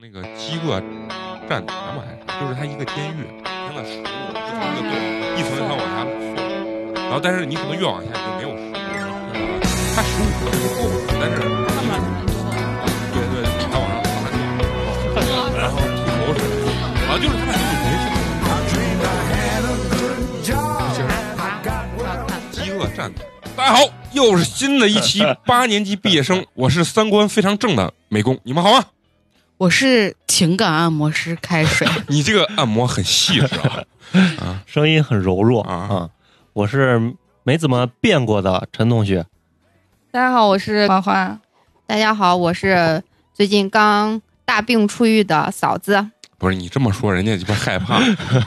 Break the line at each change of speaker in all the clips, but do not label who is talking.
那个饥饿战南嘛，还是就是它一个监狱，它的食物一层一个堆，哎一层一层往下送。然后，但是你可能越往下你就没有食物，它食物可能不够，但是对对，它往上爬，然后吐口水，然后就是他们就是人性。饥饿战南，大家好，又是新的一期八年级毕业生，我是三观非常正的美工，你们好吗？
我是情感按摩师开水，
你这个按摩很细致啊！
声音很柔弱
啊
啊。我是没怎么变过的陈同学，
大家好，我是
花花，
大家好，我是最近刚大病初愈的嫂子。
不是你这么说，人家鸡巴害怕。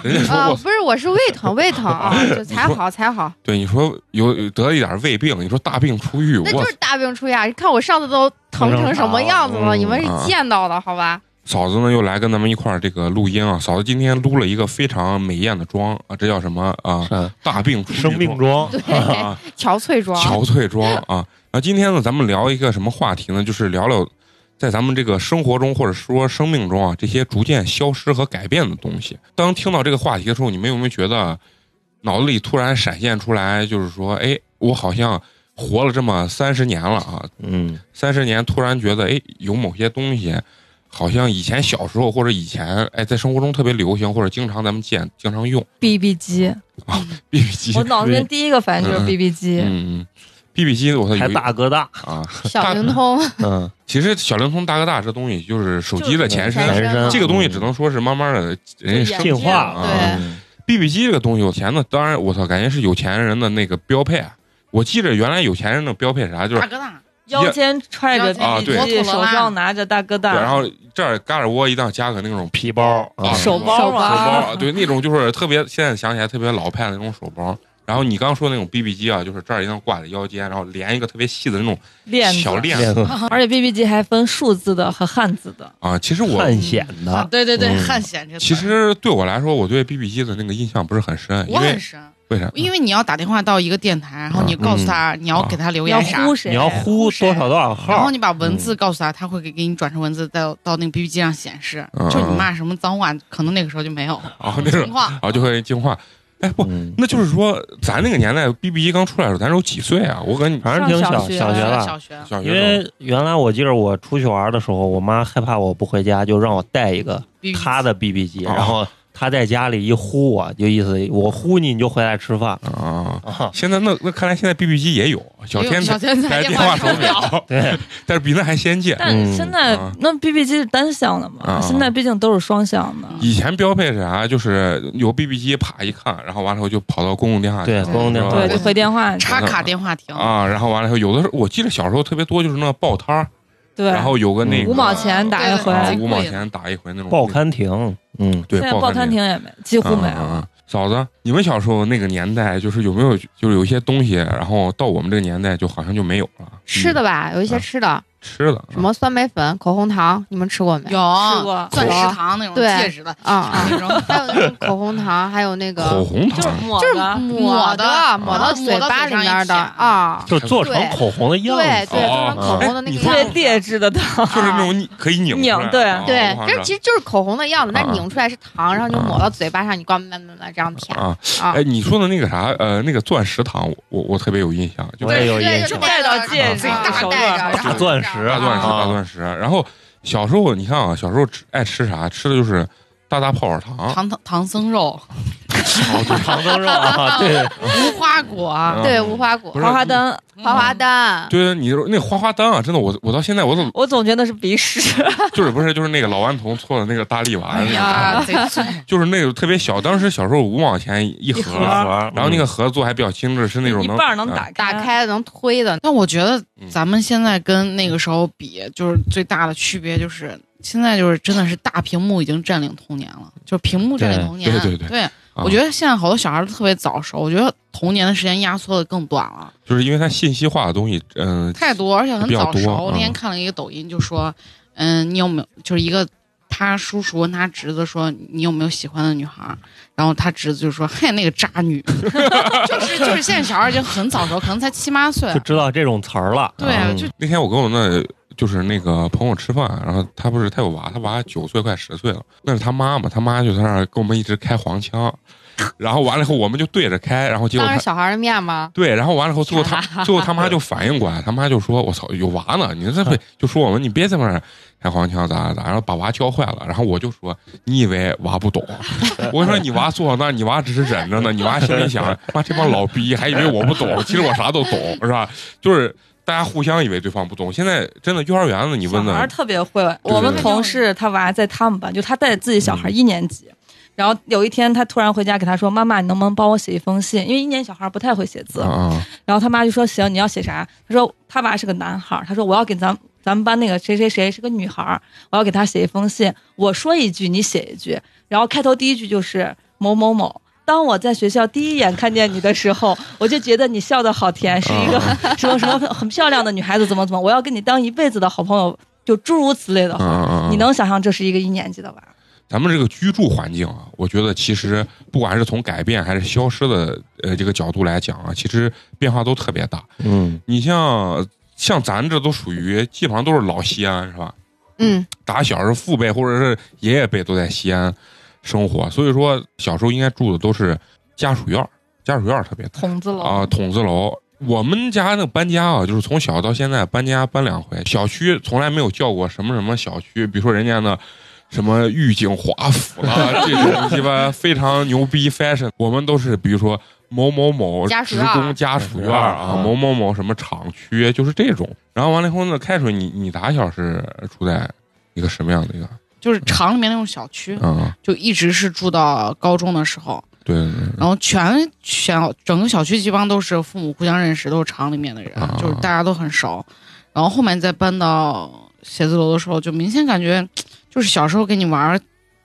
人家说
啊、
过，
不是，我是胃疼，胃疼啊，就才好才好，
对你说有有得一点胃病，你说大病初愈，
那就
我
是大病初愈啊！你看我上次都疼成什么样子了，
嗯
你们
啊
是见到的好吧？
嫂子呢又来跟咱们一块儿这个录音啊。嫂子今天撸了一个非常美艳的妆啊，这叫什么啊？
嗯，
大病初愈
生病装
对，
啊，
憔悴妆，
憔悴妆啊。那今天呢，咱们聊一个什么话题呢？就是聊聊在咱们这个生活中或者说生命中啊，这些逐渐消失和改变的东西。当听到这个话题的时候，你们有没有觉得脑子里突然闪现出来，就是说，哎，我好像活了这么三十年了啊，
嗯，
三十年突然觉得，哎，有某些东西。好像以前小时候或者以前，哎，在生活中特别流行，或者经常咱们见、经常用
BB 机，
BB 机。
我脑子里第一个反应就是
嗯
BB 机，
嗯嗯，BB 机，我操，
还
有一
大 哥大，
啊，
小
大
灵通，
嗯，
其实小灵通、大哥大这东西就是手机的前身，
就是前身
这个东西只能说是慢慢的人家
就
嗯
生
进化
啊
对，
嗯
BB 机这个东西，有钱的当然我操，感觉是有钱人的那个标配啊。我记着原来有钱人的标配是 啥，就是
大哥大，
腰间揣着
啊对
BB 机，手上拿着大哥
对，然
大，
后这儿嘎尔窝一定要加个那种
皮包啊
啊，
手
手
包
包
啊，
啊，对，那种就是特别，现在想起来特别老派的那种手包。然后你刚说那种 BB 机啊，就是这儿一定要挂在腰间，然后连一个特别细的那种
链子，
小链
练
子
个
而且 BB 机还分数字的和汉字的，
啊。其实我
探险
啊，
的，
对对对，
嗯
汗显这个词
其实对我来说，我对 BB 机的那个印象不是很深，
我
因为嗯
很深，
为啥？
因为你要打电话到一个电台，然后你告诉他你要给他留
要
言啥，
呼谁？
你要呼多少多少
然
号
后，你把文字告诉他，他会给给你转成文字到到那个 BB 机上显示
嗯，
就你骂什么脏话，可能那个时候就没有
然后那种
情况。
啊，就会进化。哎，不，
嗯，
那就是说，咱那个年代，BB 机刚出来的时候，咱有几岁啊？我感觉
反正挺
上
小
小学
小学吧
呃小。学
啊
小学
因
生
为原来我记得我出去玩的时候，我妈害怕我不回家，就让我带一个
BB 机
她的 BB 机，
哦
然后她在家里一呼我，就意思我呼你你就回来吃饭
啊，
啊。
现在那那看来现在 BB 机也有小天
小
才
天才
电话手
手 表，
表，
对，
但是比那还先进。
但
嗯
现在
啊
那 BB 机是单向的
啊
嘛，现在毕竟都是双向的。
以前标配是啥？就是有 BB 机，啪一看，然后完了以后就跑到公共电话亭
对公共电话
是吧
对，就回电话去。
插卡电话亭，
啊，然后完了以后，有的时候我记得小时候特别多，就是那个报摊儿，
对，
然后有个那个
五毛钱打一回
啊
对对对
五毛钱打一回那种
报刊亭，嗯，
对
现在报
刊
刊亭也没，几乎没
啊啊
了。
啊嫂子，你们小时候那个年代，就是有没有就是有一些东西，然后到我们这个年代就好像就没有了。
吃的吧，有一
啊
些吃的，
吃的
什么酸梅粉、口红糖，你们吃过没？
吃
有
过，
钻石糖那种
对
戒指的，
啊啊，
那种
还有那种口红糖，还有那
口
个
红
就是
糖，
抹
就是
的，
抹的，抹到嘴巴里面的啊，
就做成口红的样
对对，
子，啊
就是口红的那
你
个
说
特别
样子。
劣质的糖。
就是那种你可以拧
拧
出来
对
啊
对，
我
这
好
其
像
实就是口红的样子，但
啊
拧出来是糖，然后你就抹到嘴巴上，你光慢慢慢这样舔
啊，
啊
哎，。你说的那个啥，呃，那个钻石糖，我我我特别有印象，就
我
是
也有印
就
象，
戴到
戒
指
啊
手
戴
腕
着，然后
大钻石
大钻石，
啊
大钻石。然后小时候你看啊，小时候吃爱吃啥，吃的就是大大泡泡糖，哦
唐唐唐僧肉、
糖蒸肉啊， 对，
无花果，啊
对，无花果
不、是
花花丹，
花花丹，
对，你说那花花丹啊，真的，我我到现在我怎么
我总觉得是鼻屎。
就是不是就是那个老顽童搓的那个大力
哎
丸，
呀，贼脆，
就是那个特别小，当时小时候五毛钱一盒，
盒儿
然后那
嗯
个盒子做还比较精致，是那种
一
能
半能
啊
打
打开能推的，
但我觉得
嗯
咱们现在跟那个时候比，就是最大的区别就是，现在就是真的是大屏幕已经占领童年了，就是屏幕占领童年。
对对对
对
啊
我觉得现在好多小孩都特别早熟，我觉得童年的时间压缩的更短了，
就是因为它信息化的东西，嗯、
太多，而且很
比较
早
多
熟。我那
嗯
天看了一个抖音，就说，嗯，你有没有就是一个他叔叔问他侄子说你有没有喜欢的女孩儿，然后他侄子就说嘿那个渣 女，就是就是现在小孩已经很早熟，可能才七八岁
就，知道这种词儿了。
对啊，
嗯
就
那天我跟我那就是那个朋友吃饭，然后他不是他有娃，他娃九岁快十岁了，那是他妈嘛，他妈就在那儿跟我们一直开黄腔，然后完了以后我们就对着开，然后结果
当
他
着小孩的面吗？
对，然后完了以后，最后他 最后他妈就反应过来，他妈就说：“我操，有娃呢！你这 会就说我们，你别在那儿开黄腔咋咋咋。”然后把娃教坏了。然后我就说：“你以为娃不懂？ 我说你娃坐那，你娃只是忍着呢。你娃心里想， 妈这帮老逼还以为我不懂，其实我啥都懂，是吧？就是大家互相以为对方不懂。现在真的幼儿园了，你问
小孩儿
问，
特别会玩。
对
我们同事他娃在他们班，就他带着自己
嗯
小孩儿一年级。然后有一天，他突然回家给他说：“妈妈，你能不能帮我写一封信？因为一年级小孩儿不太会写字。
啊啊，
然后他妈就说：“行，你要写啥？”他说：“他娃是个男孩儿，他说我要给咱咱们班那个谁谁谁是个女孩儿，我要给她写一封信。我说一句，你写一句。然后开头第一句就是某某某。当我在学校第一眼看见你的时候， 我就觉得你笑得好
啊
甜，是一个什么什么很漂亮的女孩子，怎么怎么，我要跟你当一辈子的好朋友，就诸如此类的
嗯嗯
话
嗯。
你能想象这是一个一年级的娃？
咱们这个居住环境啊，我觉得其实不管是从改变还是消失的呃这个角度来讲啊，其实变化都特别大。
嗯，
你像像咱这都属于基本上都是老西安是吧？
嗯，
打小是父辈或者是爷爷辈都在西安生活，所以说小时候应该住的都是家属院儿，家属院儿特别大
筒
哦
子楼
啊、筒子楼。我们家那个搬家啊，就是从小到现在搬家搬两回，小区从来没有叫过什么什么小区，比如说人家那什么御景华府 啦，这种鸡巴非常牛逼 fashion，我们都是比如说某某某
家属
职
院
工家属院儿啊，
嗯
某某某什么厂区，就是这种。然后完了以后呢，开水你你打小是住在一个什么样的一个
就是厂里面那种小区，
啊？
就一直是住到高中的时候，
对对对，
然后全全整个小区基本上都是父母互相认识，都是厂里面的人，
啊
就是大家都很熟。然后后面再搬到写字楼的时候，就明显感觉就是小时候跟你玩儿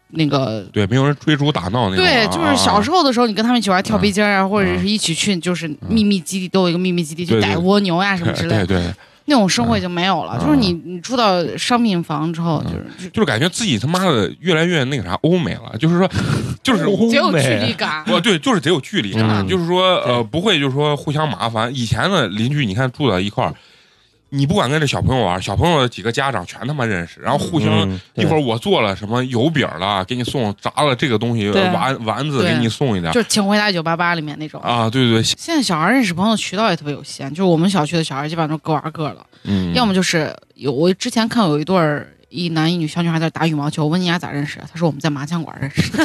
那个。
对，没有人追逐打闹那种啊。嗯
对，就是小时候的时候，你跟他们一起玩跳皮筋儿啊，或者是一起去就是秘密基地，都有一个秘密基地去
对
逮
对
蜗牛啊呀、什么之类
啊对
的，
对，
那种生活已经没有了。
嗯
就是你你住到商品房之后，
嗯
就是
就是感觉自己他妈的越来越那个啥欧美了，就是说，就是我，
就只有
欧美
距离感。
嗯我对，就是得有距离感，
嗯
就是说呃
对
不会就是说互相麻烦。以前的邻居你看住在一块儿，你不管跟这小朋友玩，小朋友的几个家长全他妈认识，然后互相。
嗯
一会
对
儿我做了什么油饼了，给你送炸了这个东西
对
丸丸子
对
给你送一点
就是《请回答一九八八》里面那种。
啊，对对，
现在小孩认识朋友渠道也特别有限，就是我们小区的小孩基本上都各玩各了，
嗯，
要么就是有我之前看有一对儿一男一女小女孩在打羽毛球，我问你俩咋认识，他说我们在麻将馆认识，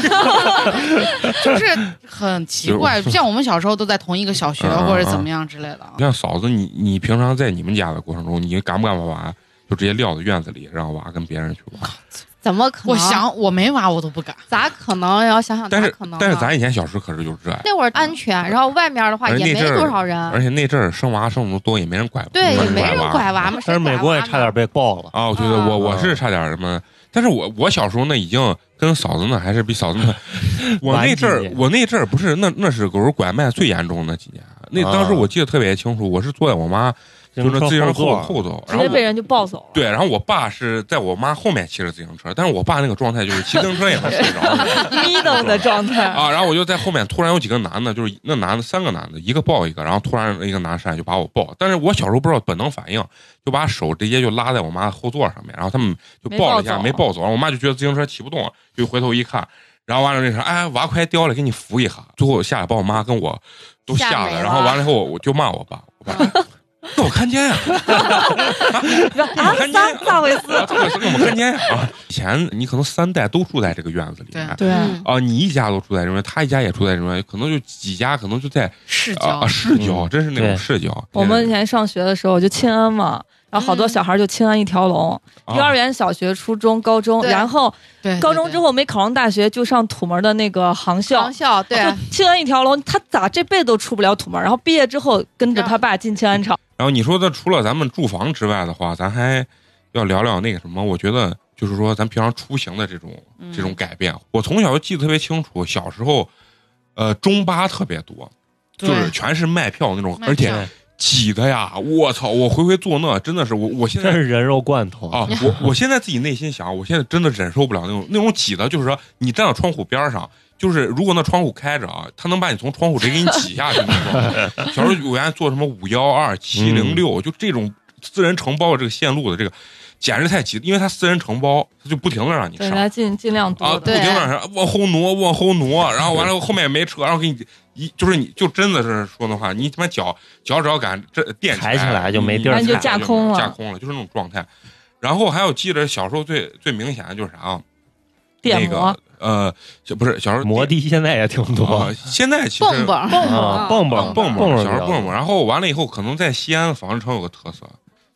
就是很奇怪，
就是
像我们小时候都在同一个小学
嗯嗯嗯
或者怎么样之类的。啊
像嫂子你你平常在你们家的过程中，你敢不敢把娃就直接撂到院子里，让娃跟别人去玩？
怎么可能？啊
我想我没娃我都不敢，
咋可能？要想想咋
但是
可能呢？啊
但是咱以前小时候可是就是这样。
那会儿安全，然后外面的话
而
也
那
没
阵儿
多少人，
而且那阵儿生娃生那么多，也没人拐，
啊对，也没人
娃
拐娃嘛。
但是美国也差点
被
被爆了。
啊！我觉得
啊
我我是差点儿什么，但是我我小时候呢，已经跟嫂子呢还是比嫂子 呢，我那阵
晚
儿
几年
我那阵儿不是那那是狗肉拐卖最严重的几年，那
啊
当时我记得特别清楚，我是坐在我妈就
自
是
行
自行
车
车
座
后
儿
后头，
直
然后
接被
我
人就抱走了。
对，然后我爸是在我妈后面骑着自行车，但是我爸那个状态就是骑自行车也能睡着
，middle 的状态
啊，然后我就在后面，突然有几个男的，就是那男的三个男的，一个抱一个，然后突然一个男上来就把我抱，但是我小时候不知道本能反应，就把手直接就拉在我妈的后座上面，然后他们就抱了一下，没
没
抱走，然后我妈就觉得自行车骑不动了，就回头一看，然后完了那啥，哎，娃快掉了，给你扶一下，最后下来把我妈跟我都
吓
吓
没
了，
了
然后完了以后我就骂我爸，我爸。那我看见呀、
啊
看见
咋咋回事？
啊，这个是那我看见呀、啊！以前你可能三代都住在这个院子里面，
对
对
嗯
啊，你一家都住在这边，他一家也住在这边，可能就几家，可能就在
视
啊
角
啊市郊，
嗯
真是那种
对
市郊。
我们以前上学的时候就亲恩嘛，然后好
嗯
多小孩就亲恩一条龙，
啊
幼儿园、小学、初中、高中，
对
然后
对
高中之
后
后没考上大学，就上土门的那个航校
长。校对，
啊
就亲恩一条龙，他咋这辈子都出不了土门？然后毕业之后跟着他爸进庆安厂，
然后你说的除了咱们住房之外的话，咱还要聊聊那个什么？我觉得
嗯
就是说咱平常出行的这种这种改变，我从小就记得特别清楚。小时候呃，中巴特别多，就是
对
全是卖票那种，
卖
而且
票
挤的呀，我操！我回回坐那真的是我，我现
这
在
是人肉罐头
啊，我我现在自己内心想，我现在真的忍受不了那种那种挤的，就是说你站到窗户边儿上，就是如果那窗户开着啊，它能把你从窗户直接给你挤下去那种。小时候我原来坐什么五幺二、七零六，就这种私人承包的这个线路的这个，简直太挤，因为它私人承包，它就不停的让你
对，
上。
来尽尽量
啊，
多
不
的。
对
停往上往后挪，往后挪，然后完了后面也没车，然后给你一就是你就真的是说的话，你他妈脚脚只要敢这垫
抬起来就没地
儿
你
那就架空了
架空了，就是那种状态。然后还有记着小时候最最明显的就是啥啊？
电
那
摩
个呃，小不是小时候
摩的现在也挺
啊
多，，
现在其实
蹦蹦蹦
哦
哦
啊，蹦蹦
蹦
蹦
小时候
比较
蹦蹦，然后完了以后可能在西安纺织城有个特色，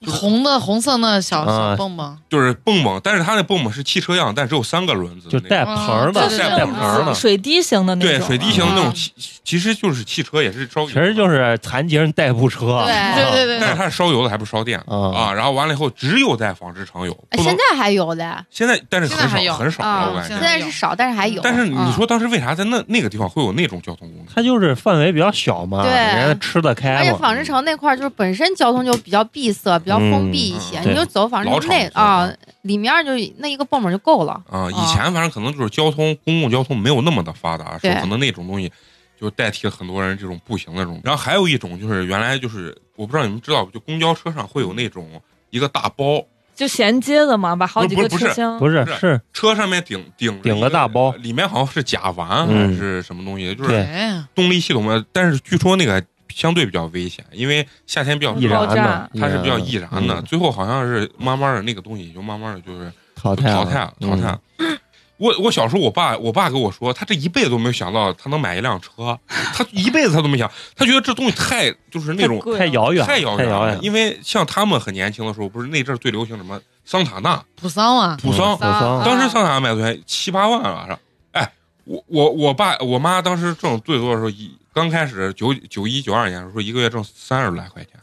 红的红色那小
啊
小蹦蹦，
就是蹦蹦，但是它那蹦蹦是汽车样，但只有三个轮子的
就
那种，
带棚的，
啊对对对
带棚的，
水滴型的那种
对
啊，
水滴型的那种
啊
汽，其实就是汽车也是稍微
其实就是残疾人代步车，
对
啊
对对
但
对
是，它是烧油的，还不是烧电的
啊
啊。然后完了以后，只有在纺织城有，
哎
不能
现在还有的，
现在但是
现在
很
还
少
有
很少了，
啊
我感
现
现
觉。
在是少，但是还有。
但是你
嗯
说当时为啥在那那个地方会有那种交通工具？
它就是范围比较小嘛，
对
人家吃得
而
开
且
嘛，
纺织城那块儿就是本身交通就比较闭塞，比较封闭一些，
嗯
对
你就走纺织城内
老厂
啊，里面就那一个泵泵就够了。
啊，以前反正可能就是交通公共交通没有那么的发达，说
对
可能那种东西就代替了很多人这种步行的这种。然后还有一种就是原来就是我不知道你们知道不，就公交车上会有那种一个大包，
就衔接的嘛，把好几
不是
个
不是
车厢。
不是
是
是
车上面顶顶着
顶
一
个大包
里面好像是甲烷还
嗯
是什么东西，就是
对
哎，
动力系统嘛，但是据说那个相对比较危险，因为夏天比较
易
热
燃
爆炸
的，
它是比较易燃的，
嗯
最后好像是慢慢的那个东西也就慢慢的就是
淘汰
淘
了嗯
汰了，嗯淘汰。了。我我小时候，我爸我爸跟我说，他这一辈子都没有想到他能买一辆车， 他一辈子他都没想，他觉得这东西太就是那种
贵了
太遥远了，
啊太
太
遥
远
了，
了，
因为像他们很年轻的时候，不是那阵儿最流行什么桑塔
嗯
纳、
普桑啊，
普桑，
普嗯桑
啊
当时桑塔纳买多少钱？七八万了是吧？哎，我我我爸我妈当时挣最多的时候，一刚开始九九一九二年的时候，一个月挣三十来块钱。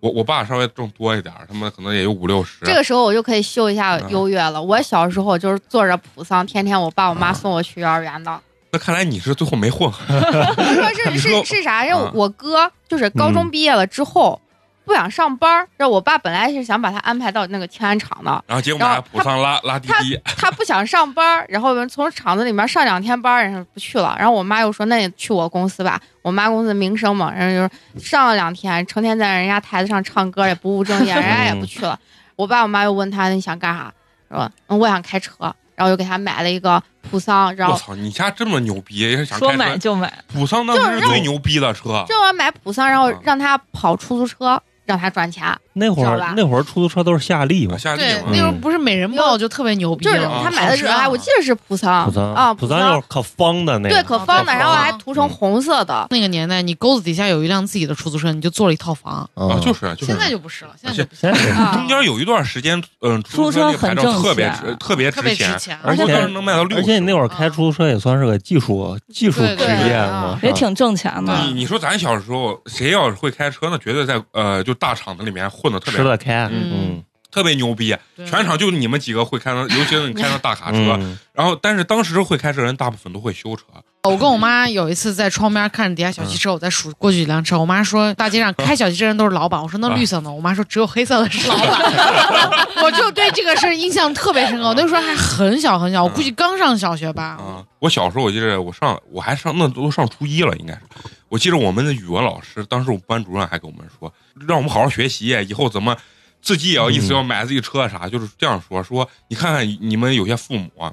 我我爸稍微挣多一点儿，他们可能也有五六十。
这个时候我就可以秀一下
嗯
优越了。我小时候就是坐着普桑，天天我爸我妈
嗯
送我去幼儿园的。
那看来你是最后没混好，
说
你
是
说
是是啥？让
嗯
我哥就是高中毕业了之后不想上班儿，让我爸本来是想把他安排到那个天安厂的，
然后结果
然
买
后
普桑拉拉滴滴，
他不想上班儿，然后我们从厂子里面上两天班儿，然后不去了。然后我妈又说：“那你去我公司吧。”我妈公司名声嘛，然后就是上了两天，成天在人家台子上唱歌，也不务正业，人家也不去了。我爸我妈又问他：“你想干啥？”说：“嗯，我想开车。”然后又给他买了一个普桑，然
哎我
后
操，你家这么牛逼，想
说
开
买
车？啊
就买，
普桑当时是最牛逼的车，
这我买普桑，然后
啊
让他跑出租车，让他赚钱。
那会
知道吧
儿那会儿出租车都是夏利嘛，
夏利
对，
嘛
那时候不是美人豹就特别牛逼
就是
了，
他买的是
好吃
哎，
啊
我记得是普桑
普桑
啊，
普
普
桑就是可方的那
对
个，啊
可方的，
啊
可方
然后还涂
嗯
成红色 的。
那个年代，你沟子底下有一辆自己的出租车，你就做了一套房。
啊，
啊
就。是就是
现。在就不是了，现在就不是
现
了
在是
啊
中间有一段时间，嗯，出租车那个牌
出租车
照
很挣
特别
钱
值特别
特别
值
值
钱，
钱，啊
而
而
且
且
当时能卖到六十。
而且你那会儿开出租车也算是个技术技术职
对对
业嘛，
也
是吧
挺挣钱
你
的。
你说咱小时候谁要是会开车，那绝对在呃就大厂子里面混的特
吃
别
得开，
嗯
嗯，
特别牛逼，
对
全场就你们几个会开的，尤其是你开的大卡车。
嗯
然后，但是当时会开车的人大部分都会修车，
我跟我妈有一次在窗边看着底下小汽车，
嗯
我在数过去几辆车。我妈说大街上开小汽车人都是老板，我说
嗯
那绿色呢？我妈说只有黑色的是老 板。我就对这个事儿印象特别深刻。我那时候还很小很小，我估
嗯
计刚上小学吧。
啊，我小时候我记得我上我还上那都上初一了，应该是。我记得我们的语文老师，当时我们班主任还跟我们说，让我们好好学习，以后怎么自己也要意思
嗯
要买自己车啊啥，就是这样说说。你看看你们有些父母啊，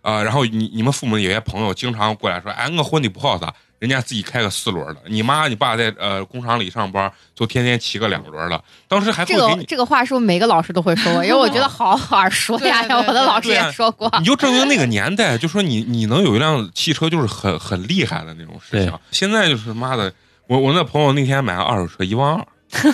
啊然后你你们父母有些朋友经常过来说，哎，我婚礼不好咋？人家自己开个四轮的，你妈你爸在呃工厂里上班，就天天骑个两轮的。当时还会给
这个
你，
这个话是不是每个老师都会说过？因为我觉得好耳熟呀，
对对 对
我的老师
对啊
也说过。
你就证明那个年代，就说你你能有一辆汽车，就是很很厉害的那种事情
对。
现在就是妈的，我我那朋友那天买个二手车一万二，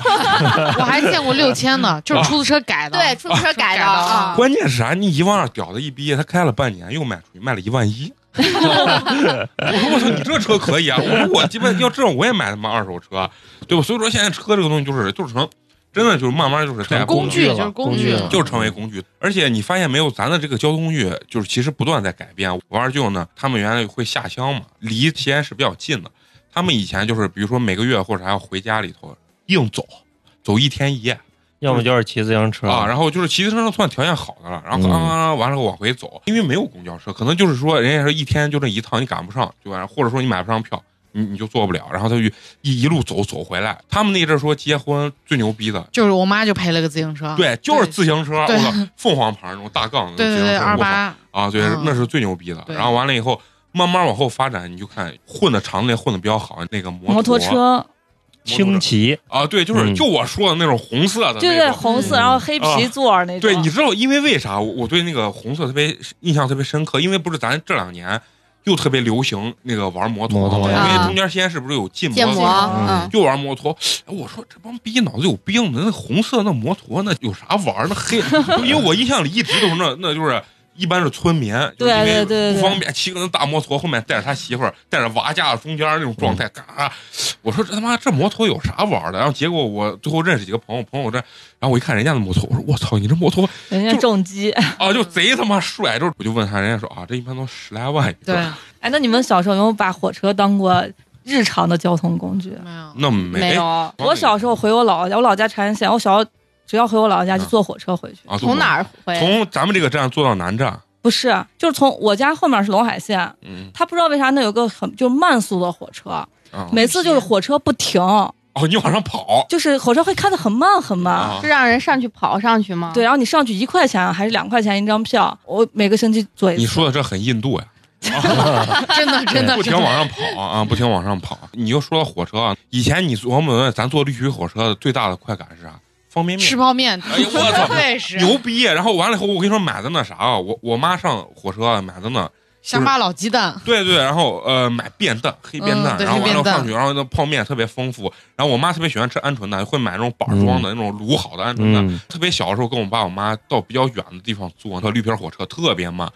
我还见过 六千的，就是出租车改的。
对，出租车改的啊，
关键是啥？你一万二屌的一逼，他开了半年又卖出去，卖了一万一。 我说我操，你这车可以啊！我说我鸡巴要这种我也买他妈二手车，对吧？所以说现在车这个东西就是就是成真的就是慢慢就是大家
工
工
具
具
了
就是工具
工具了
了，
嗯就是成为工具。而且你发现没有，咱的这个交通工具就是其实不断在改变。我二舅呢，他们原来会下乡嘛，离西安市比较近的，他们以前就是比如说每个月或者还要回家里头硬走，走一天一夜
要么就是骑自行车
啊，然后就是骑自行车算条件好的了，然后啊啊啊完了往回走，因为没有公交车，可能就是说人家是一天就这一趟，你赶不上，对吧？或者说你买不上票。你你就做不了，然后他就一一路走走回来。他们那阵儿说结婚最牛逼的，
就是我妈就赔了个自行车，
对，就是自行车，我
啊对
操，凤凰牌儿那种大杠的
对
自行
对对，
车，
二
我操
八
啊，对，
嗯
那是最牛逼的。
对
然后完了以后，慢慢往后发展，你就看混的长的混的比较好，那个摩
摩托
托
车
轻 骑，
啊，对，就是、
嗯
就我说的那种红色的
就
那
是
种。嗯啊
红色，然后黑皮座儿那种。
对，你知道，因为为啥我我对那个红色特别印象特别深刻？因为不是咱这两年又特别流行那个玩摩托
摩托
嘛，
呀
因
啊
为中间西安市不是有禁摩
建模，
嗯
嗯，
又玩摩托。哎，我说这帮逼脑子有病的，那红色那摩托那有啥玩儿的？黑， 因为我印象里一直都是那那就是。一般是村民，就是因为
对对对对
不方便，骑个那大摩托，后面带着他媳妇儿，带着娃架中间那种状态，嘎！我说这他妈这摩托有啥玩儿的？然后结果我最后认识几个朋友，朋友这，然后我一看人家的摩托，我说我操，你这摩托
人家重机。
啊，就贼他妈帅！就是我就问他，人家说啊，这一般都十来万一个，
对
哎，那你们小时候有没有把火车当过日常的交通工具？
没有
那没啊
没有，
我小时候回我姥姥家，我姥姥家柴山县，我小时候只要回我姥姥家就坐火车回去。
啊，
从哪儿
对？
回？
从咱们这个站坐到南站，
不是，就是从我家后面是陇海线，
嗯，
他不知道为啥那有个很就是慢速的火车，
啊，
每次就是火车不停，
哦，你往上跑
就是火车会开的很慢很慢。
啊
是让人上去跑上去吗？
对，，啊然后你上去一块钱还是两块钱一张票，我每个星期坐一次。
你说的这很印度呀，
真的 真的
不停
真的
往上跑啊，不停往上跑。你又说到火车啊，以前你琢磨琢磨咱坐绿皮火车最大的快感是啥？方便
吃
面，
泡面，
哎呦我操
对是
牛逼！啊然后完了以后，我跟你说买的那啥啊，我我妈上火车啊买的那，
乡巴佬鸡蛋，
对对，然后呃买便当黑便当，
嗯对
然后完
黑
了
便当
上去，然后那泡面特别丰富。然后我妈特别喜欢吃鹌鹑蛋，会买那种板儿装的、那种卤好的鹌鹑蛋。
嗯，
特别小的时候跟我爸我妈到比较远的地方坐那绿皮火车，特别慢。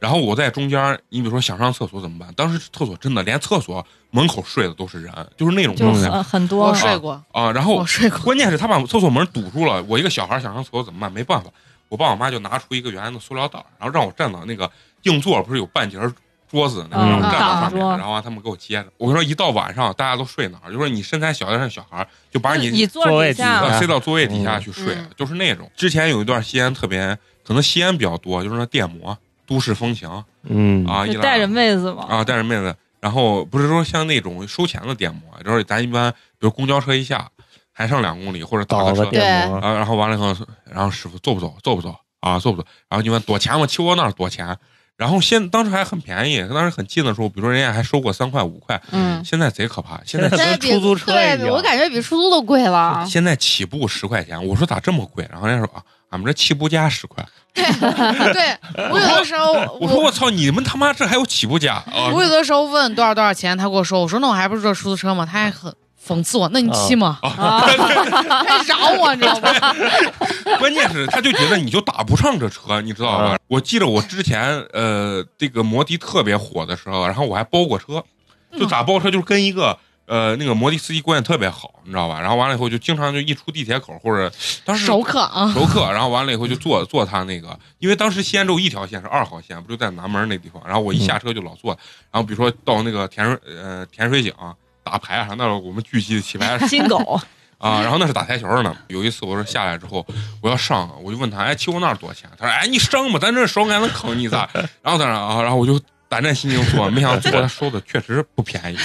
然后我在中间儿，你比如说想上厕所怎么办？当时厕所真的连厕所门口睡的都是人，就是那种
就
状
是
态
很很多
我，睡过，
啊。然
我
后
睡过，
关键是他把厕所门堵住了，我一个小孩儿想上厕所怎么办？没办法，我爸我妈就拿出一个原来的塑料袋儿，然后让我站到那个硬座，不是有半截儿桌子那个，
嗯
让我站到上
挡
面，
桌
然后让他们给我接着。我跟你说一到晚上大家都睡哪儿，就说你身材小点儿的小孩儿就把
椅座
座位
底下
底下
呃，塞到座位底下去睡，
嗯
就是那种。之前有一段西安特别，可能西安比较多，就是那电摩、都市风情
嗯
啊，一
就
来
带着妹子嘛。
啊，带着妹子。然后不是说像那种收钱的电摩，就是咱一般，比如公交车一下，还剩两公里或者打
倒
个
个
车，
电摩，
啊，然后完了以后，然后师傅坐不坐？坐不坐？啊，坐不坐？然后你问多钱吗？去我那儿多钱？然后现当时还很便宜，当时很近的时候，比如说人家还收过三块五块，
嗯，
现在贼可怕，现在
现在跟
比
出租车一
对，
样
我感觉比出租都贵了。啊
现在起步十块钱，我说咋这么贵？然后人家说啊，俺们这起步价十块。
对我有的时候
我说我操，你们他妈这还有起步价啊？
我有的时候问多少多少钱，他跟我说，我说那我还不是坐出租车吗？他还很讽刺我，那你骑吗？
啊，
他还饶我，你知道吗？
关键是他就觉得你就打不上这车，你知道吧
啊？
我记得我之前呃，这个摩的特别火的时候，然后我还包过车，就
嗯
咋包车就是跟一个。呃，那个摩的司机关系特别好，你知道吧？然后完了以后，就经常就一出地铁口或者当时
熟 客啊，
熟客，然后完了以后就坐坐他那个，因为当时西安只有一条线是二号线，不就在南门那地方？然后我一下车就老坐，然后比如说到那个甜水呃甜水井、打牌啊啥，那是我们聚集起牌啊
金狗，
啊，然后那是打台球的呢。有一次我说下来之后我要上，我就问他，哎，去我那儿多少钱？他说，哎，你上吧，咱这手还能坑你一咋？ 然后他说啊，然后我就胆战心惊坐，没想到坐他收的确实不便宜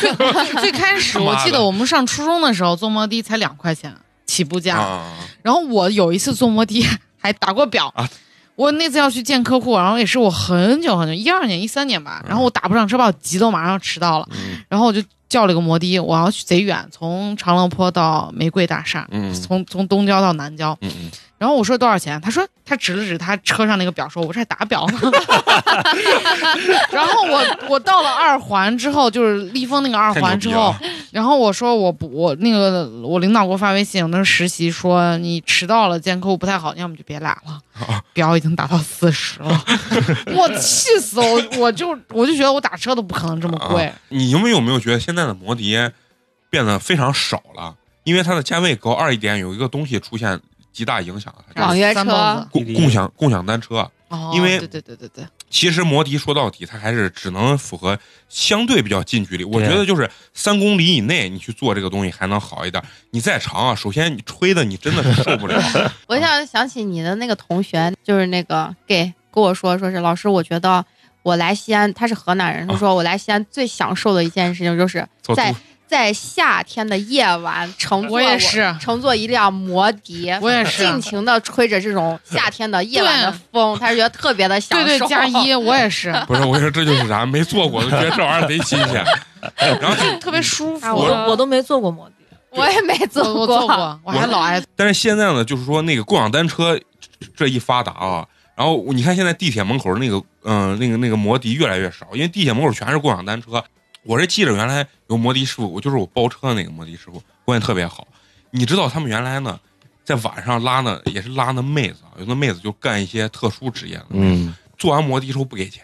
最开始我记得我们上初中的时候坐摩的才两块钱起步价，
啊
然后我有一次坐摩的还打过表。
啊
我那次要去见客户，然后也是我很久很久，一二年、一三年吧，然后我打不上车，把我急得我马上要迟到了，
嗯
然后我就叫了一个摩的，我要去贼远，从长乐坡到玫瑰大厦，
嗯
从从东郊到南郊，
嗯嗯，
然后我说多少钱？他说他指了指他车上那个表，说我这还打表呢。 然后我我到了二环之后，就是立丰那个二
太牛
环
逼
之
了
后，，然后我说我不我那个我领导给我发微信，我那时候实习说你迟到了，见客户不太好，要么就别来了。
哦
表已经打到四十了， 我气死我！我就我就觉得我打车都不可能这么贵。
你们有没有觉得现在的摩的变得非常少了？因为它的价位隔二一点有一个东西出现极大影响，它
网
就是
约
三
车
蹦
共
子
共享共享单车。啊
哦，
因为
对对对对对，
其实摩的说到底，它还是只能符合相对比较近距离。我
对
觉得就是三公里以内，你去做这个东西还能好一点。你再长啊，首先你吹的你真的是受不了。
我想想起你的那个同学，就是那个 gay 跟我说，说是老师，我觉得我来西安，他是河南人，他说我来西安最享受的一件事情就是
做
在
猪
在夏天的夜晚乘坐
我也 是
乘坐一辆摩的。
我也是。啊
尽情的吹着这种夏天的夜晚的风，他是觉得特别的享
对
受。
对，加一，我也是，
不是我跟你说，这就是啥没做过，就觉得这玩意儿贼新鲜。然后就
特别舒服。
啊我都我都没坐过摩的，
我也没坐
我我做过，我还老爱
但是现在呢，就是说那个共享单车这一发达啊，然后你看现在地铁门口那个嗯、那个那个摩的越来越少，因为地铁门口全是共享单车。我是记着原来有摩的师傅，我就是我包车的那个摩的师傅，关系特别好。你知道他们原来呢，在晚上拉呢也是拉那妹子，啊，有那妹子就干一些特殊职业的，
嗯，
做完摩的之后不给钱，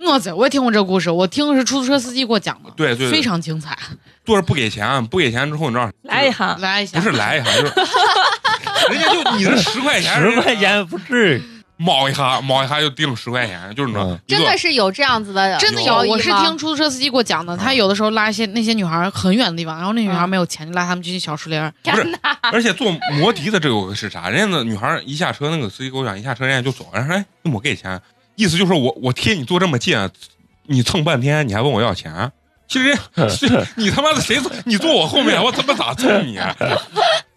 我在，我也听过这个故事，我听的是出租车司机给我讲的，
对对对
非常精彩。
坐着不给钱，不给钱之后你知道
哎
来一哈，
来一下，
不是来一下，就是 人家就你这十块钱，啊
十块钱不至于，
卯一下，卯一下就定十块钱，就是你知道
嗯
一
真
个
的是有这样子的
真的有，
交易吗
我是听出租车司机给我讲的，他有的时候拉一些那些女孩很远的地方，然后那女孩没有钱，就拉他们去小树林儿。
不是， 而且坐摩的的这个是啥？人家那女孩儿一下车，那个司机给我讲，一下车人家就走，人家说哎，那我给钱，意思就是我我贴你坐这么近，啊你蹭半天，你还问我要钱？啊其实 人是你他妈的谁坐？你坐我后面，我他妈咋蹭你？啊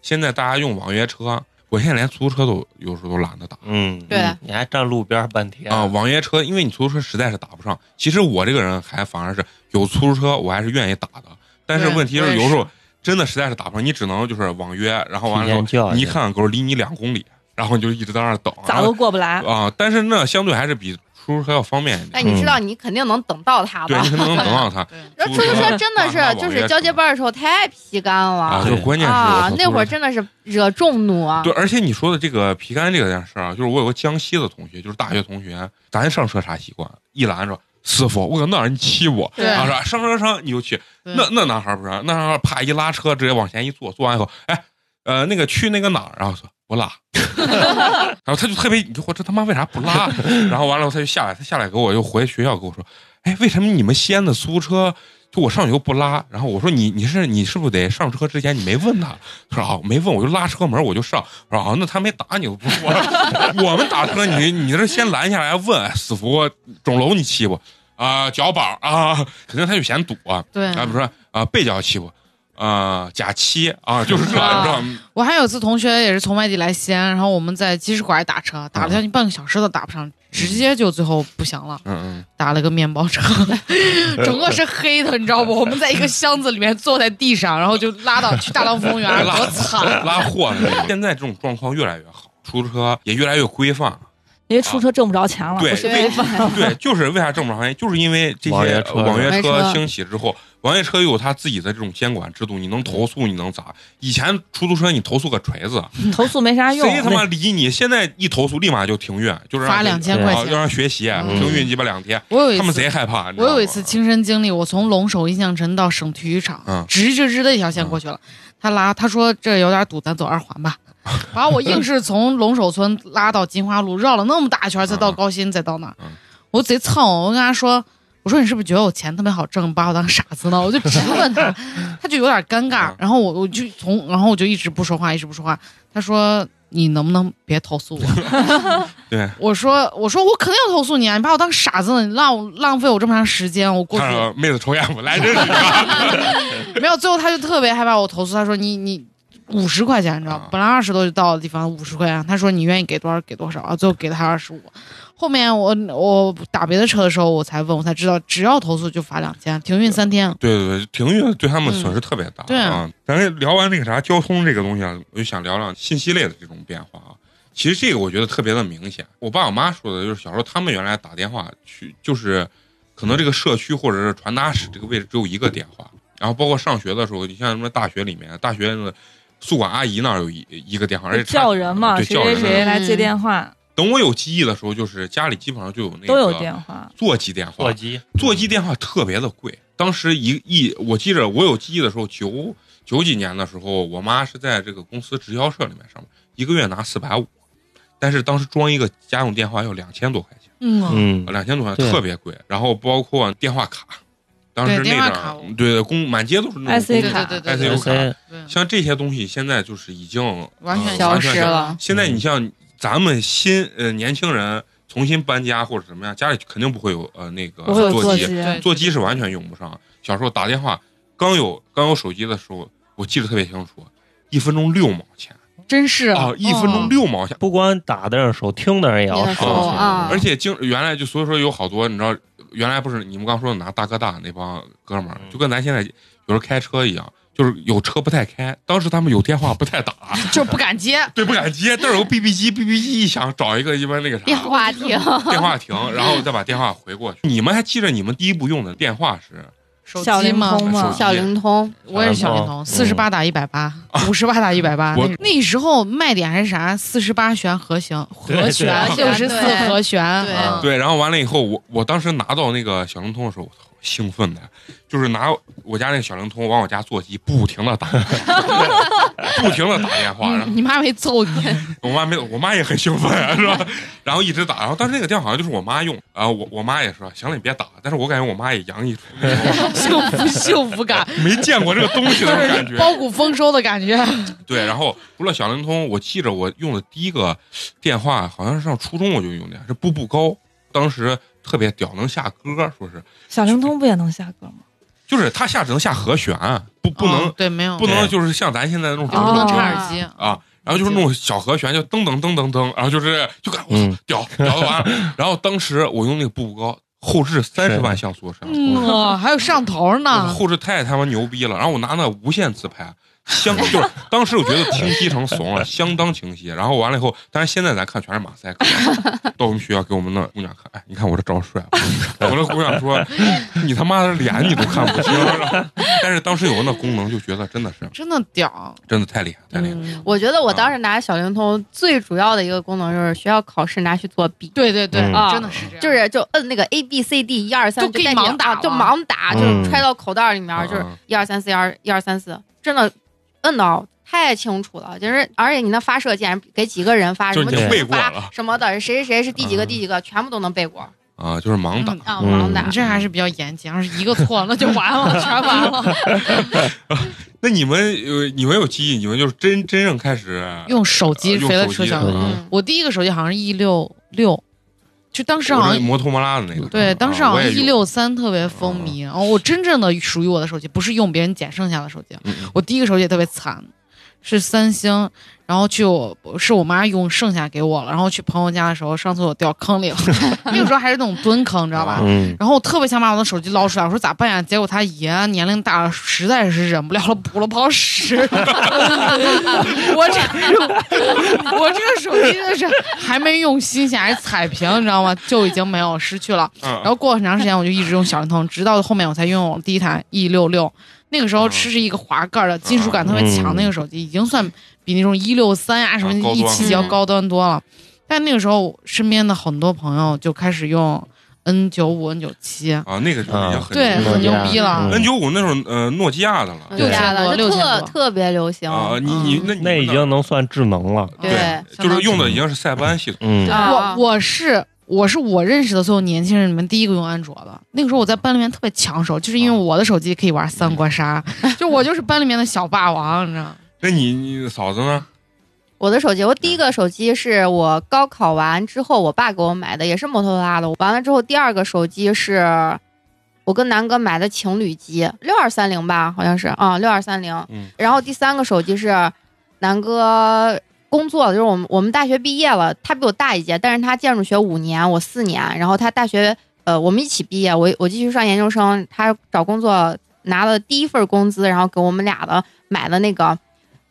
现在大家用网约车，我现在连出租车都有时候都懒得打
嗯，
对
嗯，你还站路边儿半天
啊、网约车，因为你出租车实在是打不上。其实我这个人还反而是有出租车，我还是愿意打的，但是
对
问题
我
是
也
有时候
是
真的实在是打不上，你只能就是网约，然后完了
提
之后
前叫
你一
去
看狗离你两公里，然后你就一直在那儿等，
咋都过不来
然。后啊？但是那相对还是比出租车要方便一
那
点，
哎你知道你肯定能等到他
对
吧
你？可能能等到他
对，
然后出租车真的是就是交接班的时候太皮干
啊。
了
就
对
关键是我
哎啊
操，
那会儿
出租车
真的是惹众怒啊
对，。而且你说的这个皮干这个件事儿啊，就是我有个江西的同学，就是大学同学，咱上车啥习惯？一拦着师傅，我搁那儿你骑我，
对
然后说上车上你就去，
对
啊那那男孩儿不是，那男孩儿啪一拉车，直接往前一坐，坐完以后，哎，呃，那个去那个哪儿，然后说我拉，然后他就特别疑惑，这他妈为啥不拉？然后完了他就下来，他下来给我又回学校跟我说，哎，为什么你们西安的出租车？就我上去又不拉，然后我说你你是你是不是得上车之前你没问他？他说啊我没问，我就拉车门我就上。我说啊那他没打你，我不说了。 我们打车你你这先拦下来问，哎死福钟楼你欺负啊、脚板啊，肯定他就嫌堵啊。
对，
啊，比如说啊，被叫欺负，啊，假期啊，就是 这，
啊
你知道吗？
我还有一次同学也是从外地来西安，然后我们在鸡市馆打车，打了将近半个小时都打不上，直接就最后不行了，
嗯
打了个面 包车，整个是黑的，你知道不？我们在一个箱子里面坐在地上，然后就拉到去大唐公园，
拉
多惨！ 啊
嗯，拉货的那种。现在这种状况越来越好，出租车也越来越规范。
因为出租车挣不着钱了，
对
不是
对
违法
对，就是为啥这么长时间，就是因为这些
网约车
网约
网约
车
车
兴起之后，网约车又有它自己的这种监管制度，你能投诉，你能咋？以前出租车你投诉个锤子，
投诉没
哎
啥用。
谁他妈理你？现在一投诉立马就停运，就是让
罚两千
啊
块
要
钱。
让学习
嗯
停运鸡巴两天，
我有一
他们
次
贼害怕。你知
我
道
有一
吗
次亲身经历，我从龙首印象城到省体育场，
嗯
直直直的一条线过去了。他拉，他说这有点堵，咱走二环 吧。把我硬是从龙首村拉到金花路，绕了那么大一圈才到高新，再到那儿
嗯。
我贼蹭，我跟他说。我说你是不是觉得我钱特别好挣，把我当傻子呢？我就直问他，他就有点尴尬
嗯。
然后我我就从，然后我就一直不说话，一直不说话。他说你能不能别投诉我？
对，
我说我说我肯定要投诉你啊！你把我当傻子呢，你浪我浪费我这么长时间，我过去
看着妹子抽烟不来，真是你知道吗
没有，最后他就特别害怕我投诉，他说你你五十块钱，你知道吗
啊，
本来二十多就到的地方五十块钱，他说你愿意给多少给多少啊，最后给了他二十五。后面我我打别的车的时候，我才问，我才知道，只要投诉就罚两千，停运三天。
对对对，停运对他
嗯
们损失特别大、
对
啊。咱这聊完那个啥交通这个东西啊，我就想聊聊信息类的这种变化啊。其实这个我觉得特别的明显。我爸我妈说的就是小时候他们原来打电话去，就是可能这个社区或者是传达室这个位置只有一个电话，然后包括上学的时候，你像什么大学里面，大学的宿管阿姨那儿有一一个电话，而且
叫人嘛，
对
谁
叫
谁
人的。啊
谁来接电话
等我有记忆的时候，就是家里基本上就有那个
都有电话，嗯
座机电话
座，机
座机电话特别的贵，当时一一我记着我有记忆的时候九九几年的时候，我妈是在这个公司直销社里面上班，一个月拿四百五，但是当时装一个家用电话要两千多块钱，
嗯，
嗯，
两千多块
对
钱特别贵。然后包括电话卡，当时
对
那
电话
阵
卡
儿对公满街都是那种
IC
对
公
对
卡
对对
IC
对
有卡
对
对，
像这些东西现在就是已经呃
完全
消
完
失
是
了。
现在
嗯
你像咱们新呃年轻人重新搬家或者怎么样，家里肯定不会有呃那个
不会有
座机，
机，
对
座机是完全用不上。小时候打电话，刚有刚有手机的时候，我记得特别清楚，一分钟六毛钱
真是嗯
啊，一分
嗯
钟六毛钱。
不光打的人手，嗯听的人也要
也
收
要收
钱
啊
而且经原来就所以说有好多你知道，原来不是你们刚说的拿大哥大那帮哥们儿，
嗯
就跟咱现在有时候开车一样，就是有车不太开，当时他们有电话不太打，
就不敢接，
对，不敢接，这儿有个 BB 机，BB 机一响，找一个一般那个啥
电话亭，
电话亭，然后再把电话回过去。你们还记着你们第一步用的电话是
手
小
机
灵
嘛，
通嘛，
小灵通，
我也是小灵通，四十八打一百八，五十八打一百八
哦我。
那时候卖点还是啥？四十八弦和弦，和弦
对
六十四
对
和弦，
对
嗯
对，然后完了以后，我我当时拿到那个小灵通的时候，我操，兴奋的，就是拿我家那个小灵通往我家座机不停的打， 不停的打电话，然后
嗯你妈没 揍你？
我妈没有，我妈也很兴奋，是吧？然后一直打，然后当时那个电话好像就是我妈用，然后我我妈也说，行了，你别打，但是我感觉我妈也洋溢出那种
幸福幸福感，
没见过这个东西的那种感 觉，
包谷丰收的感觉。
对，然后除了小灵通，我记着我用的第一个电话好像是上初中我就用的，是步步高，当时特别屌，能下歌，说是
小灵通不也能下歌吗？
就是它下只能下和弦，不不能、
哦对，没有
不能就是像咱现在那种
不能
哦
插
啊
耳机。
然后就是那种小和弦，就噔噔噔噔噔，然后就是就感觉我
嗯
操屌屌的完了。然后当时我用那个步步高，后置三十万像素摄像
嗯，
头，
哦还有上头呢。
后置太他妈牛逼了。然后我拿那无线自拍，相就是当时我觉得清晰成怂了，相当清晰。然后完了以后，但是现在咱看全是马赛克。到我们学校给我们那姑娘看，哎，你看我这招帅吧。我那姑娘说，你他妈的脸你都看不清。然后 但是当时有那功能，就觉得真的是
真的屌，
真的太厉害，太厉害。
嗯
我觉得我当时拿小灵通最主要的一个功能就是学校考试拿去作弊。
对对对，
嗯
啊
真的是这样，
就是就摁那个 A B C D 一二三，
就可以
带你
盲打
啊就
了
盲打，就是
嗯
揣到口袋里面，就是
嗯
一二三四，一二一二三四，真的摁到太清楚了，就是而且你那发射键给几个人发，
就
什
已
么
经
几
背
个
过
发
了
什么的，谁谁谁是第几个
嗯
第几个，全部都能背过啊，
啊，就是盲
嗯
打。
盲打嗯
你。这还是比较严谨，要是一个错了那就完了，全完 了。
那你们呃，你们有记忆，你们就是真真正开始
用手机
呃用
飞了
手
车
机
小
的
灵通。
嗯，
我第一个手机好像是 E 六六，就当时好
我
像
是摩托摩拉的那个。
对，当时好
啊
像
我也啊
一
用
六三特别风靡。然后我真正的属于我的手机，不是用别人捡剩下的手机。
嗯嗯
我第一个手机也特别惨，是三星，然后去我是我妈用剩下给我了，然后去朋友家的时候上厕所掉坑里了， 那个时候还是那种蹲坑，你知道吧？
嗯，
然后我特别想把我的手机捞出来，我说咋办呀？结果他爷年龄大了，实在是忍不了了，补了泡屎。 我这我这个手机真的是还没用新鲜，还是彩屏，你知道吗？就已经没有失去了。
嗯
然后过了很长时间，我就一直用小灵通，直到后面我才拥有第一台 E 六六。那个时候
嗯
吃是一个滑盖儿的，金属感特别强，
嗯
那个手机已经算比那种一六三呀什么
啊高端
一七几要
嗯
高端多了。但那个时候，身边的很多朋友就开始用 N 九五、N 九七，
啊，那个就是已经很
对，
嗯
很牛逼了。
N 九五那时候呃诺基亚的了
对
对呀，
六
就
千
特
多
特别流行，嗯
啊，你你那你
那已
们
经能算智能了。
那
对
对，就是用的已经是塞班系统。
嗯
对，
我
啊
我是我是我认识的所有年轻人里面第一个用安卓的。那个时候我在班里面特别抢手，就是
啊
因为我的手机可以玩三国 杀，就我就是班里面的小霸王，你知道吗？
那你你嫂子呢？
我的手机，我第一个手机是我高考完之后，我爸给我买的，也是摩托罗拉的。完了之后，第二个手机是我跟南哥买的情侣机，六二三零吧，好像是啊，六二三零
嗯。
然后第三个手机是南哥工作了，就是我们我们大学毕业了，他比我大一届，但是他建筑学五年，我四年，然后他大学呃我们一起毕业，我我继续上研究生，他找工作拿了第一份工资，然后给我们俩的买的那个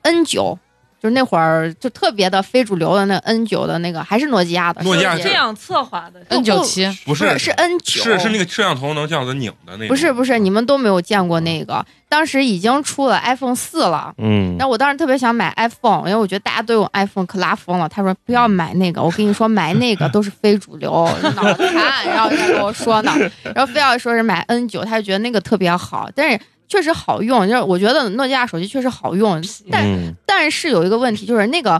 N 九。就是那会儿就特别的非主流的那 N 九的那个，还是诺基亚的。
诺基亚
手
是
机
这样侧滑的
N 九七，
不
不是
是
是 N 九，
是是那个摄像头能这样子拧的那个？
不是不是，你们都没有见过那个。当时已经出了 iPhone 四了，
嗯，
但我当时特别想买 iPhone，因为我觉得大家都用 iPhone 可拉风了。他说不要买那个，我跟你说买那个都是非主流，脑残，然后在跟我说呢，然后非要说是买 N 九，他就觉得那个特别好，但是确实好用，就是我觉得诺基亚手机确实好用，但
嗯
但是有一个问题，就是那个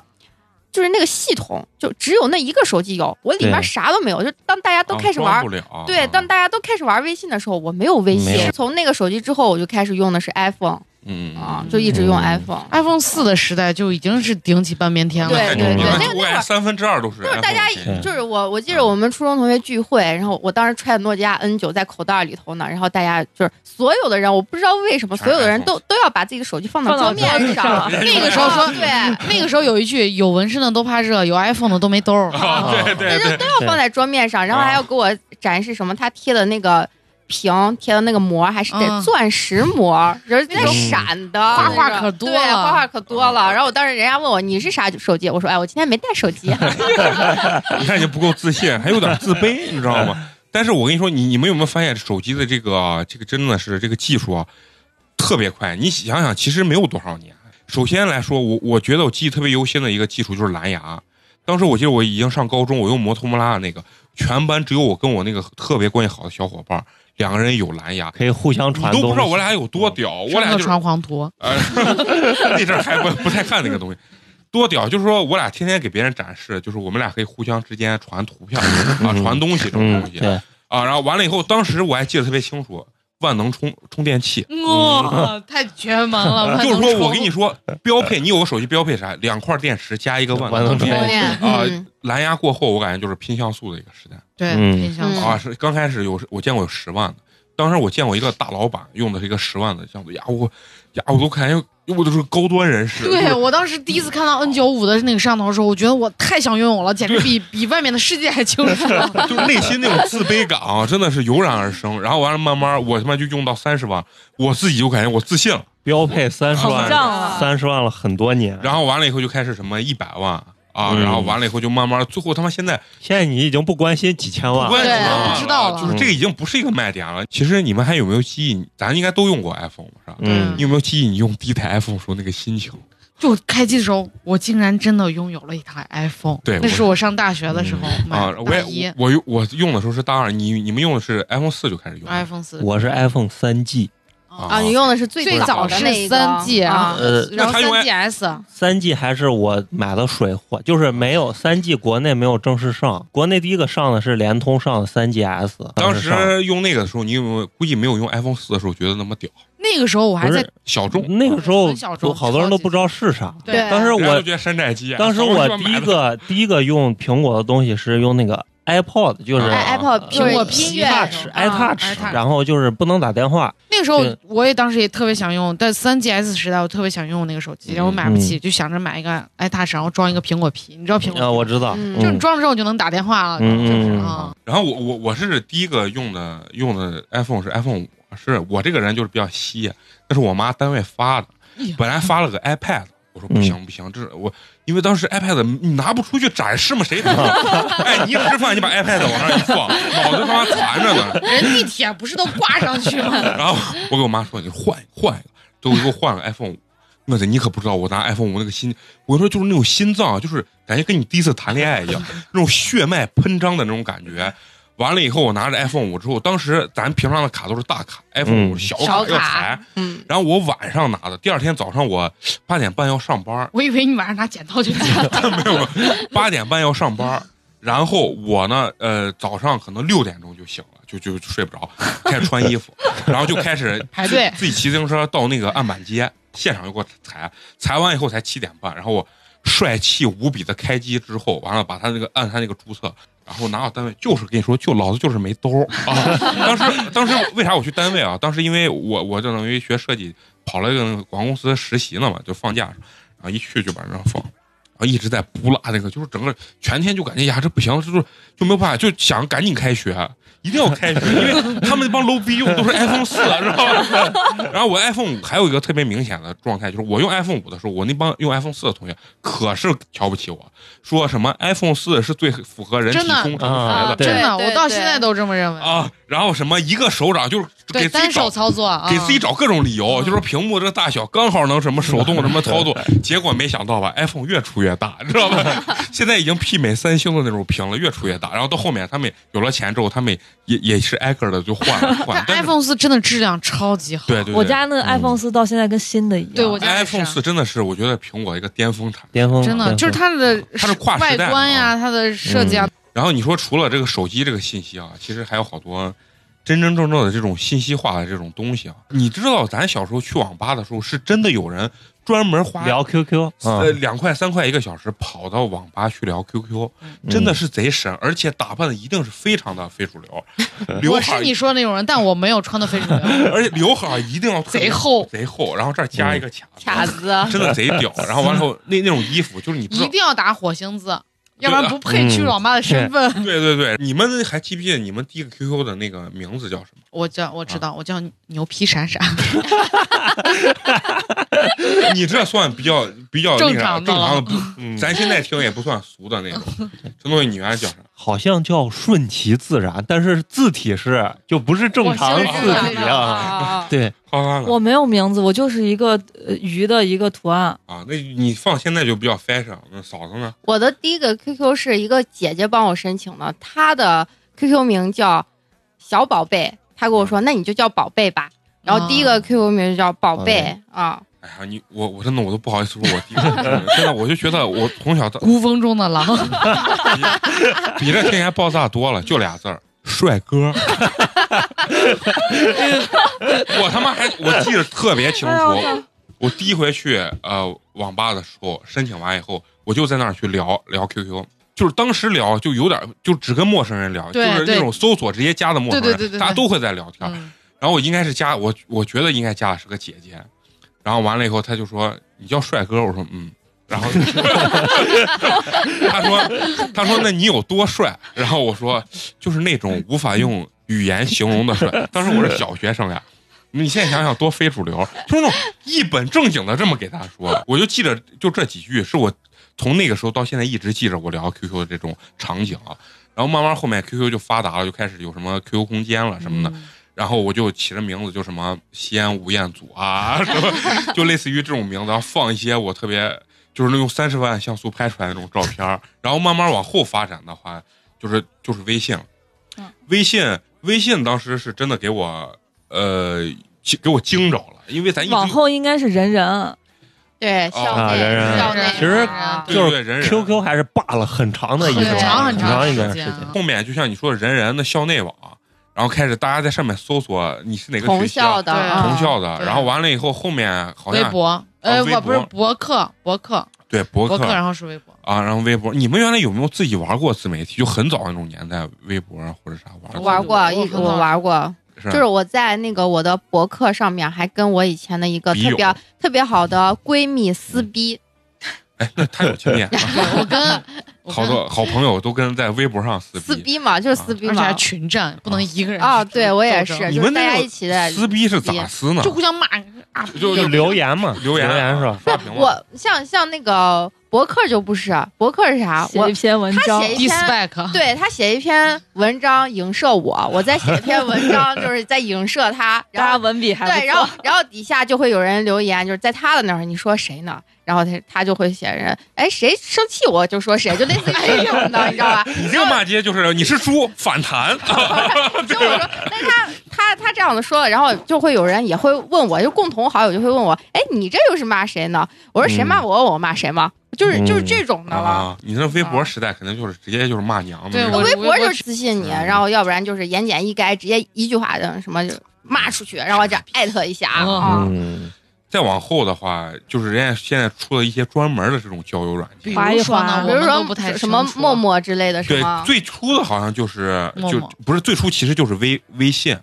就是那个系统，就只有那一个手机有，我里面
对
啥都没有。就当大家都开始
哦
玩
啊装不，了，啊
对，当大家都开始玩微信的时候，我没有微
没
信。
有
从那个手机之后，我就开始用的是 iPhone
嗯
啊，就一直用
嗯
iPhone。
iPhone 四的时代就已经是顶起半边天了。
对
对对
那
会
那
儿
我感觉三分之二都是
就是大
iPhone
家
手机
就是我，我记得我们初中同学聚会，然后我当时揣着诺基亚 N 九在口袋里头呢，然后大家就是所有的人，我不知道为什么，
全
所
是
有的人
iPhone
都都要把自己的手机放到
放
桌
到桌
面
子
上
上。
那个时候说，
对，
嗯那个时候有一句：“有纹身的都怕热，有 iPhone 的都没兜儿。
啊，
哦
对对
对，就
对，
都要放在桌面上，然后还要给我展示什么他贴的那个屏贴的那个膜，还是得
嗯
钻石膜，就是在闪的，
花花
那个
可多
对
了
花花可多了。然后我当时人家问我你是啥手机，我说哎，我今天没带手机。啊
你看你不够自信，还有点自卑，你知道吗？但是我跟你说，你你们有没有发现手机的这个啊这个真的是这个技术啊，特别快？你想想，其实没有多少年。首先来说，我我觉得我记忆特别犹新的一个技术就是蓝牙。当时我记得我已经上高中，我用摩托摩拉的那个，全班只有我跟我那个特别关系好的小伙伴，两个人有蓝牙。
可以互相
你
传
都
东
不
西。
知道我俩有多屌，我俩
上课
就是
传黄图，
呃， 那阵儿还不不太看那个东西，多屌！就是说我俩天天给别人展示，就是我们俩可以互相之间传图片啊，传东西这种
嗯，
东西
对，
啊。然后完了以后，当时我还记得特别清楚，万能充充电器，
哇，太 绝门了！
就是说我跟你说，标配你有个手机标配啥，两块电池加一个万
万能
能充
充
电
电
器。啊
嗯，
蓝牙过后，我感觉就是拼像素的一个时代
对，
嗯
印象
嗯
啊。是刚开始有我见过有十万的，当时我见过一个大老板用的是一个十万的像素，呀我呀我都感觉我都是高端人士，就是
对我当时第一次看到 N 九五的那个摄像头的时候，我觉得我太想拥有了，简 直比比外面的世界还清楚。
就是内心那种自卑感啊，真的是油然而生。然后完了，慢慢我他妈就用到三十万，我自己就感觉我自信了。
标配三十
膨胀
万，
了，
三十万了很多年。
然后完了以后就开始什么一百万啊，
嗯
然后完了以后就慢慢，最后他妈现在
现在你已经不关心几千
不
万了，
关
对
什么
不知道了
就是这个已经不是一个卖点了。其实你们还有没有记忆？咱应该都用过 iPhone 是吧？
嗯
你有没有记忆你用第一台 iPhone 时候那个心情？
就开机的时候，我竟然真的拥有了一台 iPhone。
对
那是我上大学的时候
啊
买，
我
大一
也我我我用的时候是大二，你你们用的是 iPhone 四就开始用了
iPhone 四。
我是 iPhone 三 G，
啊，你用的是最
最
早
早
的
是
那一个
三 G，然后
啊，
呃
然
那
后
他用
三 GS，
三 G 还是我买了水货，就是没有三 G 国内没有正式上，国内第一个上的是联通上的三 GS，
当
时上
时用那个的时候，你有没有估计没有用 iPhone 四的时候觉得那么屌
那个时候我还
不
在
是
小众？
那个时候
很小众
好多人都不知道是啥。
对
当时
人家
我
就觉得山寨机啊，
当时
早
我
就
第
买
一
的
个第一个用苹果的东西是用那个 iPod，就是
啊
哎 Apple
苹果
就是音
皮
乐
带
iTouch
啊
iTouch，
iTouch
然后就是不能打电话，
那个时候
对，
我也当时也特别想用，但三 GS 时代我特别想用那个手机，然后买不起，
嗯
就想着买一个 iTouch，然后装一个苹果皮，你知道苹
哦
啊，
果
我
皮吗？
知道，
嗯
就是你
嗯
装了之后就能打电话了，
嗯
就是
嗯
啊，
然后我我我是第一个用的用的 iPhone 是 iPhone 五，是我这个人就是比较稀，啊那是我妈单位发的
哎呀，
本来发了个 iPad。我说
嗯
不行不行，这我因为当时 iPad 你拿不出去展示嘛，谁知 道？哎，你一吃饭你把 iPad 往那儿一放，脑子他妈残着呢。
人地铁不是都挂上去 吗？
然后我给我妈说：“你换一个换一个。”最后给我换了 iPhone 五。我的，你可不知道，我拿 iPhone 五那个心，我跟你说就是那种心脏啊，就是感觉跟你第一次谈恋爱一样，那种血脉喷张的那种感觉。完了以后，我拿着 iPhone 五之后，当时咱屏上的卡都是大卡，iPhone 五是小
小
要
卡
裁。
嗯，
然后我晚上拿的，第二天早上我八点半要上班儿，
我以为你晚上拿剪刀就剪了，
没有没有，八点半要上班儿，然后我呢，呃，早上可能六点钟就醒了，就就就睡不着，开始穿衣服，然后就开始
排队
自己骑自行车到那个案板街，现场就给我踩，踩完以后才七点半，然后我帅气无比的开机之后，完了把他那个按他那个注册，然后拿到单位，就是跟你说，就老子就是没兜儿啊！当时当时为啥我去单位啊？当时因为我我就等于学设计，跑了一个那个广告公司实习呢嘛，就放假，然后一去就把人家放。然后一直在补拉那个，就是整个全天就感觉呀，这不行，这就就没有办法，就想赶紧开学，啊一定要开学，因为他们那帮 low 逼用的都是 iPhone 四，知道吗？ 然后我 iPhone 五还有一个特别明显的状态，就是我用 iPhone 五的时候，我那帮用 iPhone 四的同学可是瞧不起我，说什么 iPhone 四是最符合人体
真的
工程学
啊
的
对
真的，
对
我到现在
对
都这么认为。
啊，然后什么一个手掌就是
对，
给自己
单手
找
操作啊，嗯
给自己找各种理由，就说屏幕这个大小刚好能什么手动什么操作， 结果没想到吧，iPhone 越出越大，你知道吧？ 现在已经媲美三星的那种屏了，越出越大。然后到后面他们有了钱之后，他们也也是挨个的就换了换
但，
但是
iPhone 四真的质量超级好，
对对
我
对
家那个 iPhone 四到现在跟新的一样，
对我家也是
iPhone 四真的是我觉得苹果一个巅峰产品。
巅峰
真的就是
他
它的
嗯它是跨
外
时代嗯的
观呀，它的设计啊，
然后你说除了这个手机这个信息啊，其实还有好多真真正正的这种信息化的这种东西啊。你知道咱小时候去网吧的时候，是真的有人专门花
聊 QQ 啊
呃，两块三块一个小时跑到网吧去聊 QQ，真的是贼神，而且打扮的一定是非常的非主流，刘
我
海
是你说的那种人，但我没有穿的非主 流，
而且刘海一定要特别
贼厚嗯
贼厚，然后这儿加一个卡子，
卡子。
真的贼屌。然后完了后那那种衣服就是你不知
一
道，
定要打火星字，要不
啊
然不配
嗯
去网吧的身份。
对对对，你们还记不记得你们第一个 QQ 的那个名字叫什么？
我叫我知道，我叫牛皮闪闪，
你这算比较比较那
正
啥
常的
正常
了
的不，
嗯
咱现在听也不算俗的那种。这东西你原来叫啥？
好像叫顺其自然，但是字体是就不是正常
我知
字
道
体啊。
啊，
对，
花花呢？
我没有名字，我就是一个呃鱼的一个图案。
啊，那你放现在就比较 fashion。那嫂子呢？
我的第一个 QQ 是一个姐姐帮我申请的，她的 QQ 名叫小宝贝，她跟我说，那你就叫宝贝吧。然后第一
哦
个 QQ 名就叫宝贝啊，
哎呀，你我我真的我都不好意思说我弟，真的我就觉得我从小到
孤峰中的 狼，
比这天涯爆炸多了，就俩字儿。 帅哥，我他妈还我记得特别清
哎
楚，我第一回去呃网吧的时候，申请完以后，我就在那儿去聊聊 QQ，就是当时聊就有点就只跟陌生人聊，就
对
是那种搜索直接加的陌生人，
对对对对对
大家都会在聊天。
嗯
然后我应该是加我，我觉得应该加的是个姐姐，然后完了以后，他就说你叫帅哥，我说嗯，然后 他说他说那你有多帅？然后我说就是那种无法用语言形容的帅。当时我是小学生呀，你现在想想多非主流，就是那种一本正经的这么给他说。我就记着就这几句，是我从那个时候到现在一直记着我聊 QQ 的这种场景啊。然后慢慢后面 QQ 就发达了，就开始有什么 QQ 空间了什么的。
嗯
然后我就起了名字，就什么西安吴彦祖啊， 什么就类似于这种名字，然后放一些我特别就是那用三十万像素拍出来的那种照片儿。然后慢慢往后发展的话，就是就是微信了
嗯，
微信微信当时是真的给我呃惊给我惊着了，因为咱一直
往后应该是人
啊
人，
对，
哦
校
啊
内
人人
校内
其实
啊
对
就
对对
是
人人
QQ 还是霸了很长的一段，
很长很
很长
长
一段
时
时
间啊
间。
后面就像你说的人人的校内网，然后开始大家在上面搜索你是哪个
同
学
校
校
的
对
啊
同校的，
对
然后完了以后后面好
微
像
博，呃，
哦微
我不是
博
博客，博客，
对博
博
客
客，然后是微 博，
啊，然后微博，你们原来有没有自己玩过自媒体？就很早那种年代，微博啊或者啥玩
玩过，
我
一
我
我玩过，
嗯是吧啊
就是我在那个我的博客上面还跟我以前的一个
笔
特
友嗯
别特别好的闺蜜撕逼，
哎，那他有经验，
我 跟我
好
跟
多好朋友都跟在微博上撕
撕
逼。啊
逼嘛，就是撕逼
而且
嘛
还。群战，不能一个人
啊，
去
对我也
斗
是，
争
你
就是
们
大
那
家
个
一起在
撕逼是咋撕呢
就？互相骂啊，
嗯就
就留言嘛，
留言啊
是吧？
刷屏了。
我像像那个博客就不是，博客是啥？
写
我
一篇文章
他，写一
dislike，
对他写一篇文章影射我，我再写一篇文章就是在影射 他，
大
然
家
后
文笔还不错
对，然后 然后底下就会有人留言，就是在他的那儿，你说谁呢？然后他他就会写人，哎，谁生气我就说谁，就类似于这种的，你知道吧？
你这个骂街就是你是猪反弹，
就我说，那他他他这样子说了，然后就会有人也会问我，就共同好友就会问我，哎，你这又是骂谁呢？我说谁骂我，我骂谁吗？就是就是这种的了。
啊！你这微博时代肯定就是直接就是骂娘的
对
那种。
我
微博
我
就是私信你，
嗯
然后要不然就是言简意赅，直接一句话的什么就骂出去，然后我这艾特一下
嗯
啊。
嗯，
再往后的话，就是人家现在出了一些专门的这种交友软件。
比
划一
如说
划
呢，
比
嗯我
如
们都不太
说什么
清楚啊
陌陌之类的，什
对
么，
最初的好像就是
陌
就
陌
不是最初，其实就是微微信。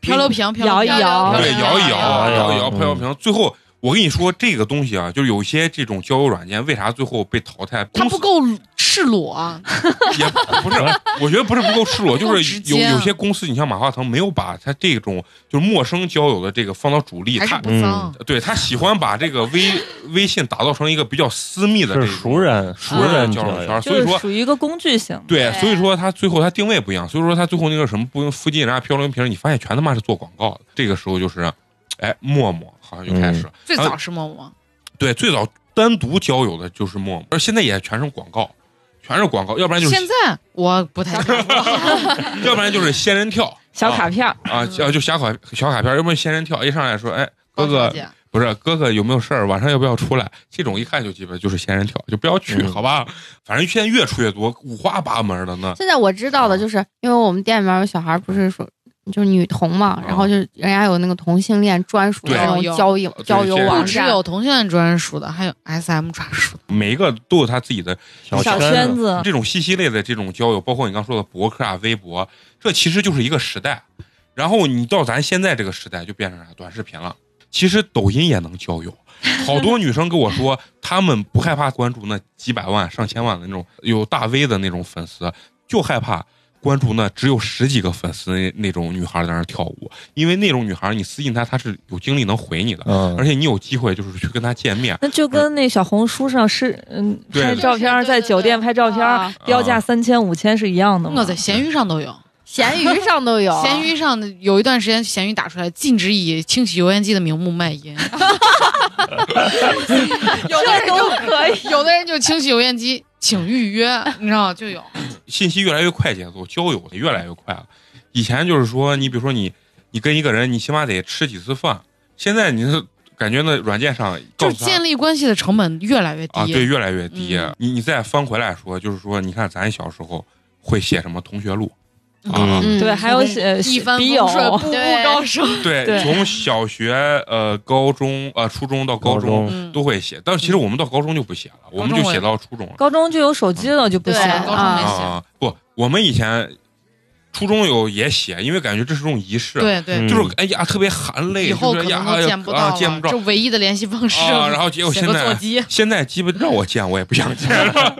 漂流瓶，漂流
摇一
瓶
摇
对，
对
摇一
摇啊
摇，摇
一摇
一摇，
嗯
飘飘飘，最后我跟你说这个东西啊，就是有些这种交友软件为啥最后被淘汰？
他不够赤裸，啊
公司也不是，我觉得不是不够赤裸，
不够
就是
直
有
接啊
有些公司，你像马化腾没有把他这种就是陌生交友的这个放到主力，
还是
他
不脏。
对他喜欢把这个微微信打造成一个比较私密的这
是
种
熟人，熟
熟
人
人
交
交友
友，
圈，
就
所以
是
说
属于一个工具型的。
对，
对
所以说他最后他定位不一样，所以说他最后那个什么不附近人家漂流瓶，你发现全他妈是做广告的。这个时候就是，哎，陌陌好像就开始了、
最早是陌陌，
对，最早单独交友的就是陌陌，而现在也全是广告，全是广告，要不然就是
现在我不 太清楚
要不然就是仙人 跳
小卡片儿，
啊，就就小卡小卡片，要不然仙人跳，一上来说，哎，哥
高小
哥
姐
不是哥哥有没有事儿，晚上要不要出来？这种一看就基本就是仙人跳，就不要去，
嗯
好吧？反正现在越出越多，五花八门的呢。
现在我知道
啊
的就是，因为我们店里面有小孩，不是说就是女童嘛，然后就是人家有那个同性恋专属的
啊对啊
那种交友
对
交友
这个
不
网
只
站，
有同性恋专属的，还有 S M 专属的。
每一个都有他自己的
小圈子，
这种信息类的这种交友，包括你刚说的博客啊、微博，这其实就是一个时代。然后你到咱现在这个时代，就变成啥短视频了。其实抖音也能交友，好多女生跟我说，她们不害怕关注那几百万、上千万的那种有大 V 的那种粉丝，就害怕关注那只有十几个粉丝那那种女孩在那儿跳舞，因为那种女孩你私信她，她是有精力能回你的，而
嗯，
且你有机会就是去跟她见面，
那就跟那小红书上是嗯
对
拍照片儿，
对对对
在酒店拍照片儿
啊，
标价三千五千是一样的嘛
我？ 在闲鱼上都有，。
闲鱼上都有
闲鱼上的有一段时间，闲鱼打出来禁止以清洗油烟机的名目卖 淫，
有的人就可以，
有的人就清洗油烟机，请预约，你知道吗就有。
信息越来越快节奏，交友也越来越快了。以前就是说，你比如说你，你跟一个人，你起码得吃几次饭。现在你是感觉那软件上
就
告
是
诉
建
他
立关系的成本越来越低。
啊，对，越来越低。啊
嗯
你你再翻回来说，就是说，你看咱小时候会写什么同学录啊，
嗯
对，还有写
一帆
笔
风
友，
顺，步步
对
高升。
对，
对
从小学呃高中呃初中到高中
中
嗯，
都会写，但是其实我们到高中就不写了，我们就写到初中了
高中就有手机了就不
对
写
高
了。
中没写
啊。不，我们以前初中有也写，因为感觉这是种仪式。
对对，
嗯
就是哎呀，特别含泪，
以后
就
可
是哎呀
能都见不到
啊
了，
见不
这
着。
唯一的联系方式。
啊然后结果
写个
现在
座机，
现在基本让我见，我也不想见 了。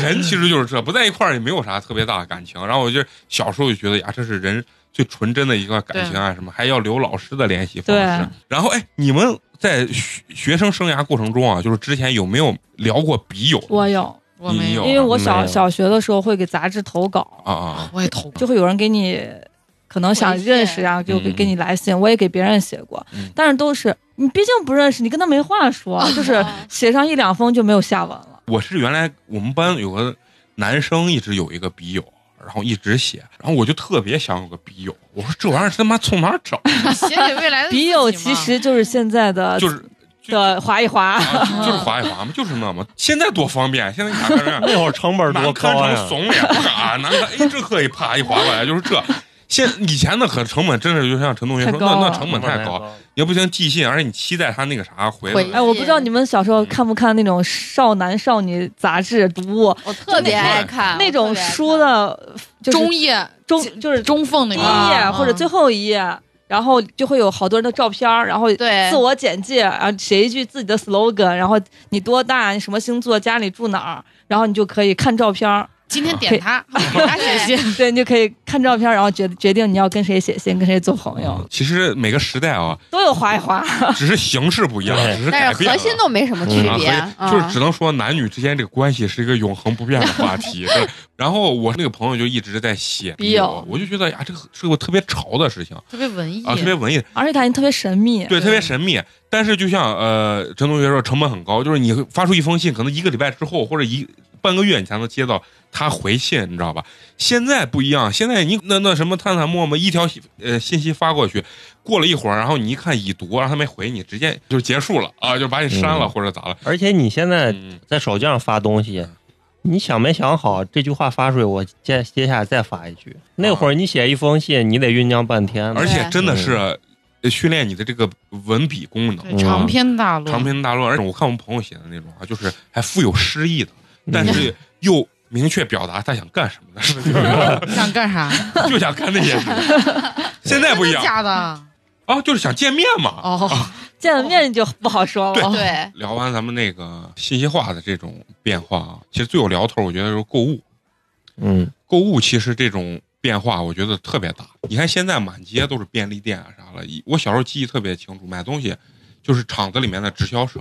人其实就是这，不在一块儿也没有啥特别大的感情。然后我就小时候就觉得呀，这是人最纯真的一个感情啊，什么还要留老师的联系方式
对。
然后哎，你们在学学生生涯过程中啊，就是之前有没有聊过笔友？
我有，
我
你
没
有
有，
因为我
没
小
有
小学的时候会给杂志投稿，
啊啊
我也投过。
就会有人给你可能想
回信
认识啊，就给
嗯
给你来信，我也给别人写过
嗯，
但是都是你毕竟不认识，你跟他没 话说，
哦
就是写上一两封就没有下文了。
我是原来我们班有个男生一直有一个笔友，然后一直写，然后我就特别想有个笔友。我说这玩意儿他妈从哪儿 找？
写给未来的自己
笔
嘛
友其实就是现在的
就是就
的划一划，
啊就就是划一划嘛，就是那嘛。现在多方便，现在你哪看人
那会儿成本
啊难
多
看
高
成
呀？
怂也不敢，难看哎这可以啪一划过来，就是这。现以前的可成本真是就像陈同学说，
太高
那
了
那成本太高，
高，
也不行寄信，而且你期待他那个啥回
回
来
哎，我不知道你们小时
嗯
候看不看那种少男少女杂志读物，
我特啊别爱看
那种书，的，就是
中叶、
中啊就是
中缝那
第
个啊
一页或者最后一页，然后就会有好多人的照片儿，然后
对
自我简介，然后写一句自己的 slogan，然后你多大，你什么星座，家里住哪儿，然后你就可以看照片 儿，
今天点他，给他写信。
对，你就可以看照片儿，然后决决定你要跟谁写信，跟谁做朋友，
嗯其实每个时代啊，
嗯都有划一划。
只是形式不一样，
对
只是改
但是
变
核
了。
心都没什么区别
啊，
嗯
就是只能说男女之间这个关系是一个永恒不变的话题。对然后我那个朋友就一直在写
笔友
我就觉得呀，这个是个特别潮的事情
特别文艺，
啊，特别文艺，
而且感觉特别神秘，
对，特
嗯
别神秘。但是就像呃陈同学说，成本很高，就是你发出一封信，可能一个礼拜之后或者一半个月你才能接到他回信，你知道吧？现在不一样，现在你那那什么探探陌陌一条呃信息发过去，过了一会儿，然后你一看已读，然后他没回你，直接就结束了啊，就把你删了
嗯哎
或者咋了。
而且你现在
嗯
在手机上发东西
嗯，
你想没想好这句话发出去，我接接下来再发一句。那会儿你写一封信，你得酝酿半天呢。
而且
对
真的是呃训练你的这个文笔功能，
对长篇大
嗯
论。
长篇大论。而且我看我们朋友写的那种啊，就是还富有诗意的，
嗯
但是又明确表达他想干什么的事情，
想干啥？
就 想干那些事情。现在不一
真
样
的
哦
假的？
啊，就是想见面嘛。
哦，
见了面就不好说了。
嗯对，
聊完咱们那个信息化的这种变化啊，其实最有聊头，我觉得是购物。
嗯，
购物其实这种变化，我觉得特别大。你看现在满街都是便利店啊啥了，以我小时候记忆特别清楚，买东西就是厂子里面的直销社。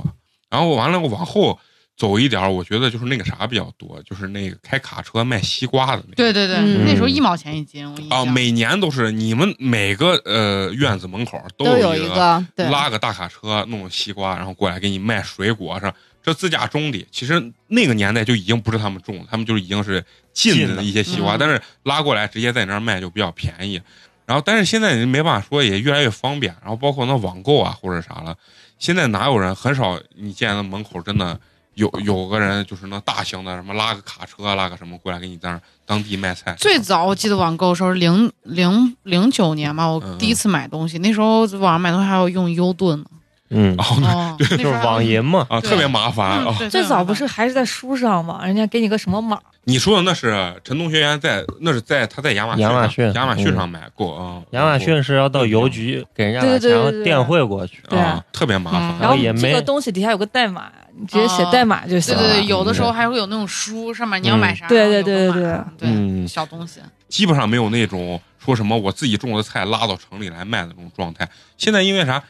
然后完了，我往后走一点儿，我觉得就是那个啥比较多，就是那个开卡车卖西瓜的那个。
对对对，
嗯
那时候一毛钱一斤，我印
啊，
象。
每年都是你们每个呃院子门口都
都有
一
一个对
拉个大卡车弄西瓜，然后过来给你卖水果上。这自家种的，其实那个年代就已经不是他们种的，他们就是已经是进
进
的
的
一些西瓜，
嗯
但是拉过来直接在你那儿卖就比较便宜。然后，但是现在你没办法说，也越来越方便。然后包括那网购啊或者啥了，现在哪有人很少？你见那门口真的有有个人就是那大型的什么拉个卡车拉个什么过来给你在那儿当地卖菜。
最早我记得网购的时候是零零零九年吧，我
嗯
第一次买东西，那时候网上买东西还要用优盾呢，
嗯，
哦，那
哦，就
就是网银嘛，
啊，
对
特别麻烦
嗯
啊！
最早不是还是在书上嘛，人家给你个什么码，
你说的那是陈同学员在，那是在他在亚马逊上
亚马逊嗯
亚马逊上买过啊，
亚马逊是要到邮局给人家把
对对对对
钱
对
电汇过去。
过啊，特别麻
嗯
烦。
然后
也
这
没
个东西底下有个代码，你直接写代码就行
哦对
了。
啊
对
嗯
对，有的时候还会有那种书，上面你要买啥，
嗯对
然后有
对
个
对
码对
嗯
小东西，
基本上没有那种说什么我自己种的菜拉到城里来卖的那种状态。现在因为啥，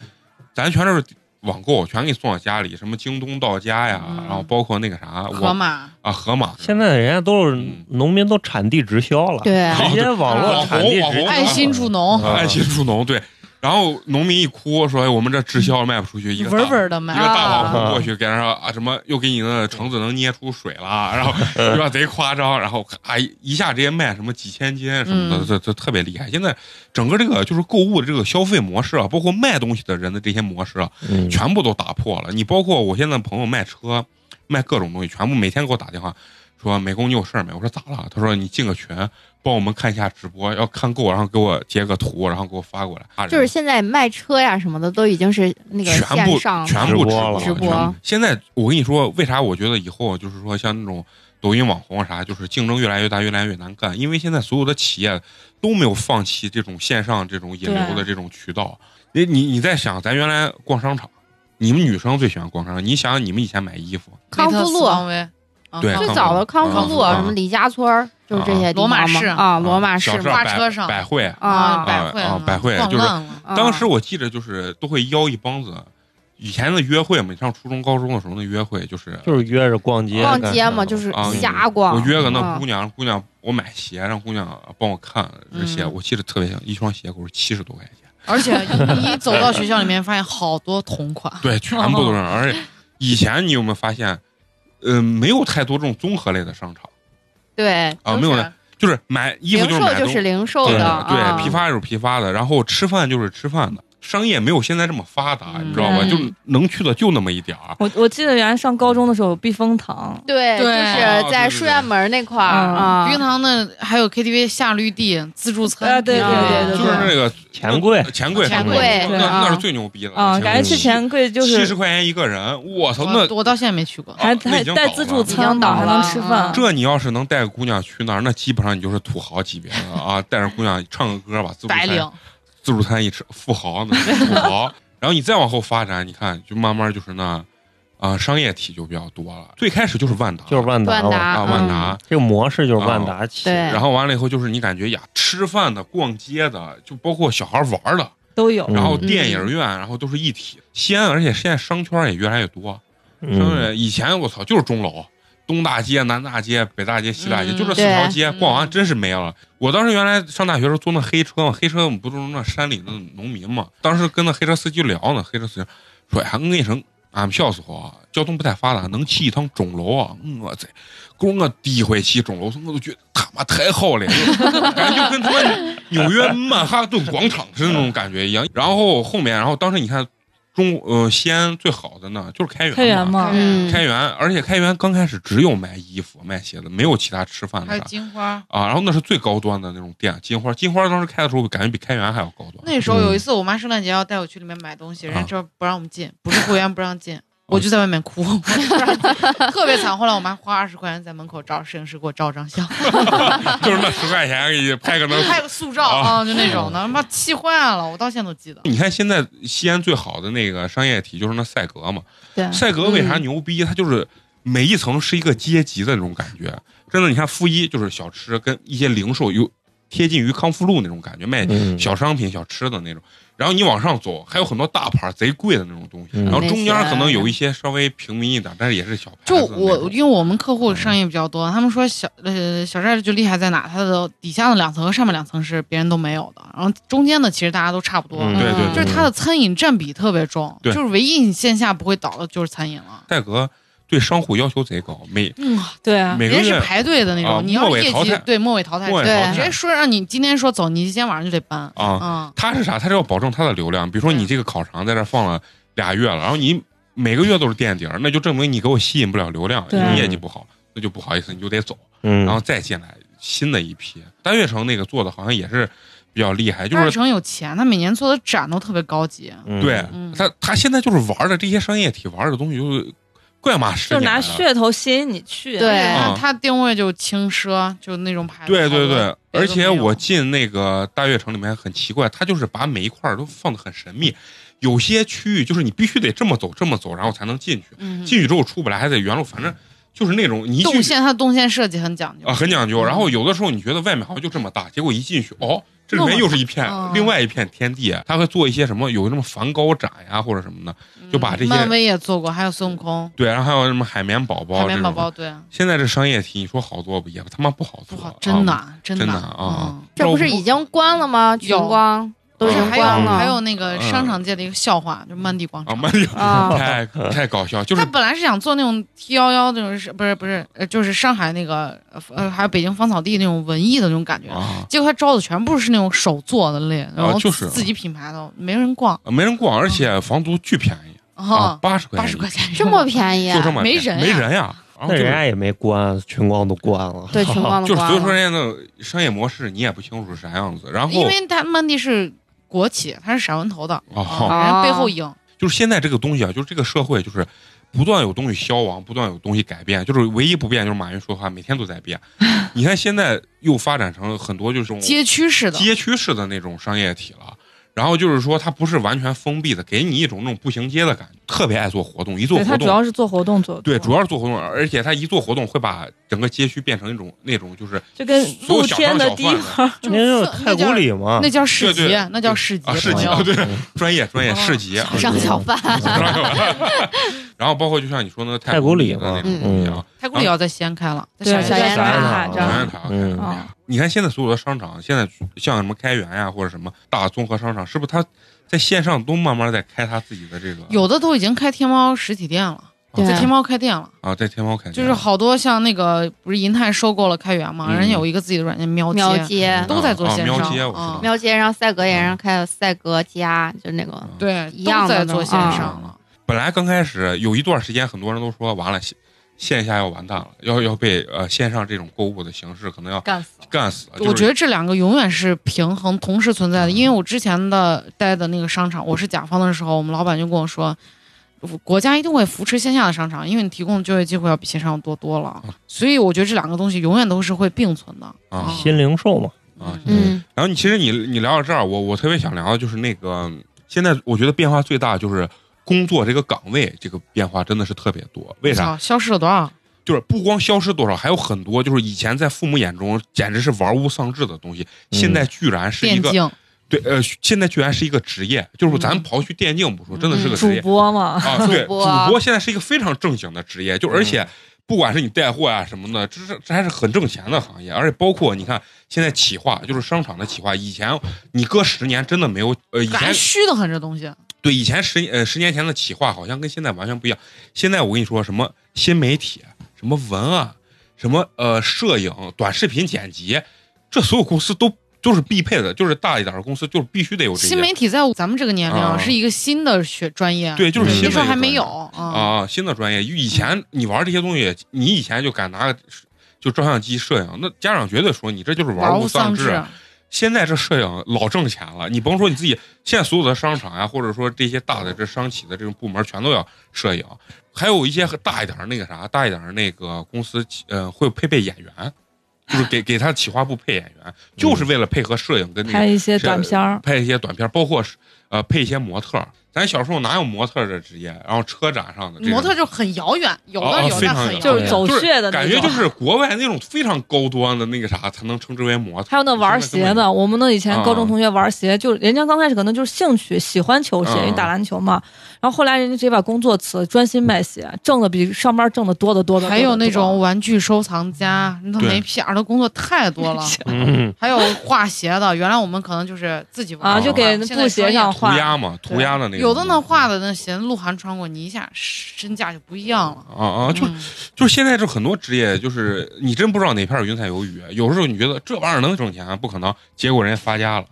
咱全是网购，全给你送到家里，什么京东到家呀，
嗯
然后包括那个啥，
盒
我
马，
啊盒马，
现在人家都是
嗯
农民都产地直销了，
对
直接网络产地
网
直
红
销，
网红
爱心助农，
爱心助农对。然后农民一哭说：“哎，我们这滞销卖不出去，一个大
稳稳的
一个
买，
大网
啊
红过去给人说啊什么又给你那橙子能捏出水啦，然后对吧贼夸张，然后啊一一下直接卖什么几千斤什么的，
嗯
这这特别厉害。现在整个这个就是购物的这个消费模式啊，包括卖东西的人的这些模式啊，
嗯
全部都打破了。你包括我现在朋友卖车，卖各种东西，全部每天给我打电话说美工你有事儿没？我说咋了？他说你进个群帮我们看一下直播，要看够然后给我截个图，然后给我发过来。啊
就是现在卖车呀什么的都已经是那个
全部
线上
全
直
部
播了
直播
全部现在我跟你说，为啥我觉得以后就是说像那种抖音网红啊啥，就是竞争越来越大，越来越难干，因为现在所有的企业都没有放弃这种线上这种引流的这种渠道。你你你在想，咱原来逛商场，你们女生最喜欢逛商场，你想想你们以前买衣服，
康
福
夫路
啊
对
最早的康
康
夫
夫
路
路
啊什么李家村儿就是这些地方
罗马
嘛
市
啊，罗马市
小
嘛
镇
花
百
车上
百惠。
啊，
啊
百惠
啊百惠
逛
就是
烂了，
啊
当时我记着就是都会邀一帮子，以前的约会嘛，你上初中高中的时候那约会就是
就是约着逛街
逛
干啥的，
街嘛，就是
啊
瞎逛。
我约个那
嗯
姑娘，姑娘我买鞋，让姑娘帮我看这鞋，
嗯
我记得特别清，一双鞋给我七十多块钱，
而且你一走到学校里面，发现好多同款，
对，全部都是。而且以前你有没有发现，呃，没有太多这种综合类的商场
对，
啊，
都
没有
是
的，就是买衣服
零
就是
售
买
就
东
是零售
对
的，啊
对，批发就是批发的，然后吃饭就是吃饭的，商业没有现在这么发达，
嗯
你知道吧？
对
就是能去的就那么一点儿。
我我记得原来上高中的时候有避风塘，
对，就
对
哦
是在
对对
书院门那块儿
嗯
啊
冰，糖的还有 KTV 下绿地自助餐
啊
厅，
对对对对
就
对
是那个呃
钱柜，
钱柜，
钱
柜
那
对
那
啊
是最牛逼的
啊，感觉去钱柜就
七十
是
块钱一个人，我操，那
我我到现在没去过，
还
啊那
还
已经
带
倒
自
了嗯
助餐呢，还能吃饭。
这你要是能带个姑娘去那儿，那基本上你就是土豪级别的 啊！带着姑娘唱个歌，把自助
白
餐
领
自助餐一吃，富豪呢，土豪。然后你再往后发展，你看就慢慢就是那，啊、商业体就比较多了。最开始就是万达，
就是万达
万
嘛，
达
啊，
嗯
万达。哦
这个模式就是万达起的，
对
然后完了以后，就是你感觉呀，吃饭的、逛街的，就包括小孩玩的，
都有。
然后
嗯
电影院，然后都是一体。西安，而且现在商圈也越来越多。商
嗯，
人以前我操就是钟楼，东大街、南大街、北大街、西大街，
嗯
就这四条街
对
逛完真是没了。我当时原来上大学时候坐那黑车嘛，黑车我们不都是那山里的农民嘛？当时跟那黑车司机聊呢，黑车司机说：“哎呀，我跟你说，俺们小时候啊，交通不太发达，能去一趟钟楼啊，我在给我第一回去钟楼，我都觉得他妈太好了，感觉就跟他妈 纽约曼哈顿广场是那种感觉一样。然后后面，然后当时你看中呃西安最好的呢就是开元
开源嘛，
嗯，
开元，而且开元刚开始只有卖衣服、卖鞋子，没有其他吃饭
还
的
有
啥
金花。
啊。然后那是最高端的那种店，金花，金花当时开的时候感觉比开元还要高端
那时候有一次，我妈圣诞节要带我去里面买东西，人
嗯
家
啊哦
就不让我们进，不是会员不让进，我就在外面哭， 特别惨。后来我妈花二十块钱在门口找摄影师给我照张相，
就是那十块钱给你拍个能。
拍个素照啊、就那种的，妈气坏了，我到现在都记得。
哦你看现在西安最好的那个商业体就是那赛格嘛，
对，
赛格为啥
嗯
牛逼？它就是每一层是一个阶级的那种感觉，真的。你看负一就是小吃跟一些零售有贴近于康复路那种感觉，卖
嗯
小商品、小吃的那种。然后你往上走，还有很多大牌儿贼贵的那种东西。
嗯
然后中间可能有一些稍微平民一点，但是也是小牌子
就
的那种。嗯
我，因为我们客户商业比较多，他们说小呃小寨就厉害在哪？它的底下的两层和上面两层是别人都没有的，然后中间的其实大家都差不多，
嗯
对对对，
就是它的餐饮占比特别重，
对
就是唯一你线下不会倒的就是餐饮了。
赛格对商户要求贼高，每
嗯，对啊，
每个
人家
月
是排队的那种，
啊
你要
末
是
尾
业
淘
绩
汰
对末尾淘汰
末尾
制，
对
淘汰
直接说让你今天说走，你今天晚上就得搬。
啊，
嗯，
它是啥？它是要保证它的流量。比如说你这个烤肠在这儿放了俩月了，然后你每个月都是垫底儿，那就证明你给我吸引不了流量，
对
你业绩不好，那就不好意思，你就得走，
嗯，
然后再进来新的一批。丹月城那个做的好像也是比较厉害，就
二
是
城有钱，他每年做的展都特别高级。
嗯
对
嗯
他他现在就是玩的这些商业体玩的东西就是怪马十
就
年
是拿
了
噱头吸引你去。
对
它
啊
它定位就轻奢，就那种牌子。
对对对，而
别的
且
没有
我进那个大悦城里面很奇怪，它就是把每一块儿都放的很神秘，有些区域就是你必须得这么走这么走，然后才能进去。
嗯，
进去之后出不来，还得原路，反正就是那种你一进
动
去
线它动线设计很讲究
啊很讲
嗯
究。然后有的时候你觉得外面好像就这么大，结果一进去哦，这里面又是一片
哦
另外一片天地。他会做一些什么，有什么梵高展呀或者什么的，就把这些
嗯漫威也做过，还有孙悟空、
对，然后还有什么海绵宝宝
海
这
绵
种
宝宝，对，
现在这商业题，你说好做不也他妈不好
不
做
好，，真的
啊
啊真
真
的
的啊
嗯
这不是已经关了吗？群 光都已
有
经
还有
关了，
还有那个
嗯
商场界的一个笑话，就曼迪广
啊，
场。
慢点，
啊
太太搞笑，就是
他本来是想做那种 T 幺幺那种是，不是不是，呃，就是上海那个呃，还有北京芳草地那种文艺的那种感觉。
啊。
结果他招的全部是那种手做的类，然后
就是啊
自己品牌的，没人逛
没人逛，而且房租巨便宜啊，
啊，
八十块钱，
八十块钱
这么便宜啊
就，这么
没
便宜
人呀
没人呀，然后
那
就是
人家也没关，群光都关了。
对群 光
就是
都关
所以
了。
说人家的商业模式你也不清楚是啥样子，然后
因为他曼迪是国企，他是闪文头的，
哦，
人家背后赢，
就是现在这个东西啊，就是这个社会就是不断有东西消亡，不断有东西改变，就是唯一不变就是马云说的话每天都在变。你看现在又发展成了很多就是这种
街区式的，
街区式的那种商业体了。然后就是说，它不是完全封闭的，给你一种那种步行街的感觉。特别爱做活动，一做
对，他
活
主
动，
要是做活动做的
对，
多
主要是做活动，而且他一做活动会把整个街区变成一种那种就是
就跟
所有
露
小
天
商
的
小
地
贩
方，
就
那就是是太古里嘛，
那叫市集
啊对对，
那叫市集，
啊市
朋
集
友
啊，对，专业专业
哦
市集，啊
上小贩，
然后包括就像你说那个
太古
里
里
的那
嘛
种东西啊，
太古里要在西安开了，
对
在
小
烟
烟
台
台
开了
啊
啊
这样
小烟台啊
嗯
哎呀你看现在所有的商场，现在像什么开元呀、或者什么大综合商场，是不是它在线上都慢慢在开它自己的这个
有的都已经开天猫实体店了，
对
在天猫开店了。
啊，在天猫开店
就是好多像那个不是银泰收购了开源嘛，
嗯
人家有一个自己的软件喵
苗
街，
街，
都在做线上
啊喵街我知道
啊
苗街上赛格也让开了赛格家，就那个
对，
一
都
样的
在
呢啊
做线上了。
本来刚开始有一段时间，很多人都说完了，线线下要完蛋了，要要被呃线上这种购物的形式可能要
干死了。
干死了。
我觉
得
得这两个永远是平衡同时存
嗯
在的，因为我之前的待的那个商场，我是甲方的时候，我们老板就跟我说，国家一定会扶持线下的商场，因为你提供的就业机会要比线上多多了。所以我觉得这两个东西永远都是会并存的。
啊
新零售嘛，
啊，
嗯，
然后你其实你你聊到这儿，我我特别想聊的就是那个现在我觉得变化最大就是工作这个岗位这个变化真的是特别多。为啥？
操消失了多少？
就是不光消失多少，还有很多就是以前在父母眼中简直是玩物丧志的东西，
嗯
现在居然是一
电
个
竞，
对呃，现在居然是一个职业。就是咱
嗯
刨去电竞不说，真的是个职
主
业。
播嘛，
啊，对，主
主播
播现在是一个非常正经的职业，就而且不管是你带货啊什么的，这是这还是很挣钱的行业，而且包括你看现在企划，就是商场的企划，以前你搁十年真的没有，呃，以
还
前
虚的很这东西。
对以前十呃十年前的企划好像跟现在完全不一样，现在我跟你说什么新媒体、什么文案、什么呃摄影、短视频剪辑，这所有公司都。就是必配的，就是大一点的公司，就是必须得有这
新
些。
媒体在咱们这个年龄
啊
啊是一个新的学专业，啊
对，就是
嗯
新
那
的
时候
一个
还没
专业
有啊。
啊，新的专业。以前你玩这些东西，你以前就敢拿就照相机摄影，那家长绝对说你这就是
玩
物
物
丧啊
志，啊
现在这摄影老挣钱了，你甭说你自己，现在所有的商场啊，或者说这些大的这商企的这种部门，全都要摄影。还有一些大一点儿那个啥，大一点儿那个公司，呃，会配备演员，就是给给他企划部配演
嗯
员，就是为了配合摄影跟那个
拍一些短片儿，
拍一些短片，包括是呃配一些模特儿。咱小时候哪有模特儿这职业？然后车展上的这种
模特就很遥远，有
哦
的
哦
有
非
的
常
很
遥
远，
就是走穴的那
感
种
觉就是国外那种非常高端的那个啥，才能称之为模特。
还有那玩鞋的，我们那以前高中同学玩鞋，就人家刚开始可能就是兴趣，喜欢球鞋，
嗯
因为打篮球嘛。然后后来人家直接把工作辞，专心卖鞋，挣的比上班挣的多的多的。
还有那
啊
种玩具收藏家，那
嗯对
没屁眼儿的工作太多了。
嗯，
还有画鞋的，原来我们可能就是自己玩
啊，就给
画现在
布鞋上
涂
画，
鸦嘛，涂鸦的那
专业
个。
有的呢画的那鞋，鹿晗穿过，你一下身价就不一样了。
啊啊，就
嗯
就是现在这很多职业，就是你真不知道哪片儿云彩有雨。有时候你觉得这玩意儿能挣钱，不可能，结果人家发家了。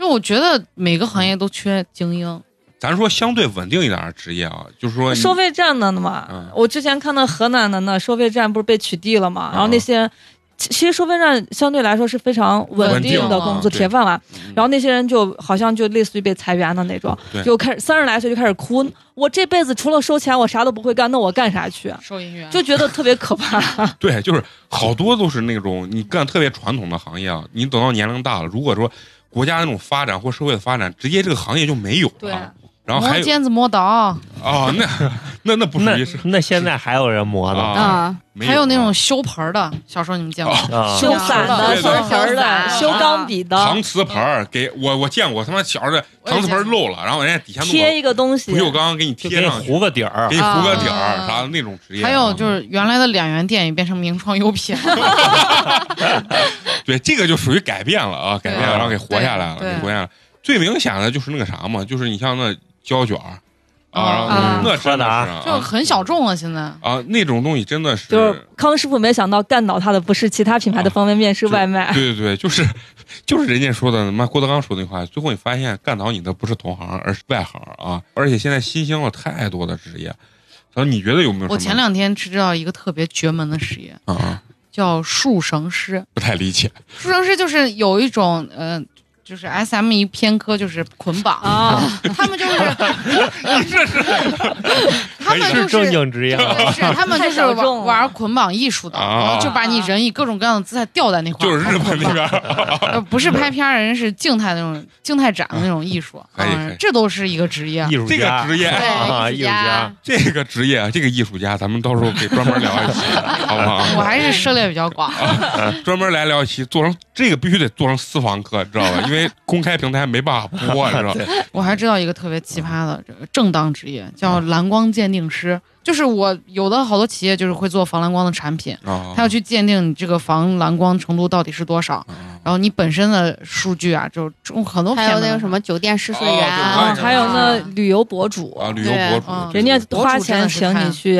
就我觉得每个行业都缺精英，
咱说相对稳定一点儿的职业啊，就是说你
收费站的呢嘛。
嗯
我之前看到河南的那收费站不是被取缔了嘛，然后那些人。其其实收费站相对来说是非常稳
稳
定
定
的
的
工作
对
铁饭碗，
嗯
然后那些人就好像就类似于被裁员的那种
对，
就开始三十来岁就开始哭，我这辈子除了收钱我啥都不会干，那我干啥去？
收银员
就觉得特别可
啊
怕。
对，就是好多都是那种你干特别传统的行业啊，你等到年龄大了，如果说国家那种发展或社会的发展，直接这个行业就没有
对
了。然啊后还
磨
有
尖子磨刀，
啊、那 那那不属
那
于是
那现在还有人磨呢
啊，
啊，
没
还有那
啊
种修盆儿的，小时候你们见过？
啊
啊，
修伞的、
对
修
对
盆儿的、
对
修钢笔的
搪，瓷盆儿，给我我见过，他妈小时候搪瓷盆儿漏了，然后人家底下弄
贴
个
一个东西
不，锈钢给你
就
贴
给你
上去，
糊个底儿
给，你糊个底
啊
儿啥的那种职业啊。
还有就是原来的两元店也变成名创优 品了，
对这个就属于改变了啊，改变了，
对
然后给活下来了，
对
给活下来。最明显的就是那个啥嘛，就是你像那胶卷儿啊，然后
啊
那真的是啊
就很小众了。现在
啊，那种东西真的是
就是康师傅没想到干倒他的不是其他品牌的方便面，是外卖。
对对对，啊就是 就是人家说的，他妈郭德纲说那话，最后你发现干倒你的不是同行，而是外行啊！而且现在新兴了太多的职业，然后你觉得有没有什么？
我前两天知道一个特别绝门的职业，
啊啊，
叫束绳师。
不太理解
束绳师就是有一种呃，就是 S M 一偏科，就是捆绑，
啊，
他们就是，他们
是
就是
正。经职业吗？
对，是他们就
太
是
小
玩
众了
玩捆绑艺术的，
啊
然后就把你人以各种各样的姿态吊在那块儿，
就是日本那边儿
呃 不是拍片儿，人是静态那种静态展的那种艺术，
可以
啊
可以
这都是一个职
啊
业。
艺术
这个
家
职业，
啊，
对，
艺
艺术
术
家
家，
这个职业，啊这个艺术家，咱们到时候可以专门聊一期，好不 好？
我还是涉猎比较广，
专门来聊一期，做成这个必须得做成私房课，知道吧？因为公开平台没办法播， 你知道吧？
我还知道一个特别奇葩的这个正当职业，叫蓝光鉴定师。就是我有的好多企业就是会做防蓝光的产品，
啊
他要去鉴定你这个防蓝光程度到底是多少，
啊
然后你本身的数据啊，就中很多啊
还有
骗子
那个什么酒店试睡
哦
员
对
啊，
啊，
还有那旅游博主，
啊，旅游博主，
对嗯
人
嗯
家花钱请你去，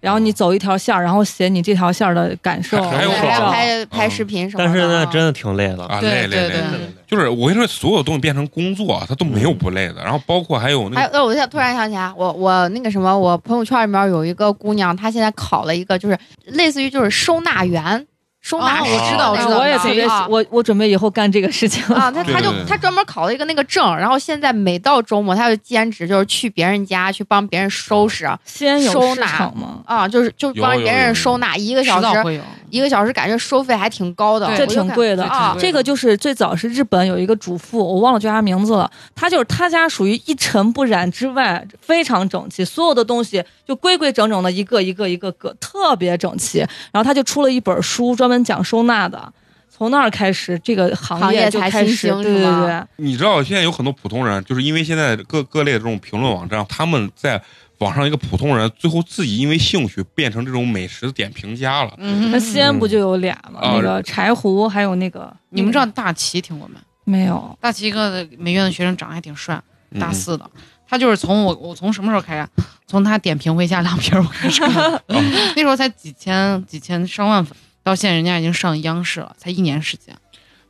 然后你走一条线儿，然后写你这条线儿的感受。
还有
哦
广
对
告
还有
照
拍拍视频什么的
但
啊。
是那真的挺累的。
啊，
对
累累
对
累
对。
就是我跟你说，所有东西变成工作，啊它都没有不累的。然后包括还有那
还有，
个
呃，我现在突然想起来，我我那个什么，我朋友圈里面有一个姑娘，她现在考了一个，就是类似于就是收纳员、哎收纳
哦
师。
我知道我知道
我也特别喜，
啊
我我准备以后干这个 事情。
啊，她她就
对对对
她专门考了一个那个证，然后现在每到周末，她就兼职，就是去别人家去帮别人收拾
西安有
收
市
纳
场吗？
啊，就是就是
哦有
帮
有
别
有有
人收纳，一个
迟
小
早
时啊
会有，
一个小时，感觉收费还挺高的，
对
这
我就
挺
看
贵的
对
啊
挺贵
这个就是最早是日本有一个主妇，我忘了叫啥名字了。她就是她家属于一尘不染之外非常整齐，所有的东西就规规整整的一个一个一个个特别整齐。然后她就出了一本书，专门讲收纳的。从那儿开始，这个行
行业
就
才
开
新
始，
兴
对对
是吗
对，
你知道现在有很多普通人，就是因为现在各各类的这种评论网站，他们在网上一个普通人，最后自己因为兴趣变成这种美食点评家了。
那
嗯，
西安不就有俩吗？
啊
那个柴胡，还有那个
你们知道大齐听过没？
没有？
大齐一个美院的学生长得还挺帅，
嗯
大四的，他就是从我我从什么时候开始啊？从他点评回家凉皮儿我开始看， 那时候才几千几千上万粉，到现在人家已经上央视了，才一年时间。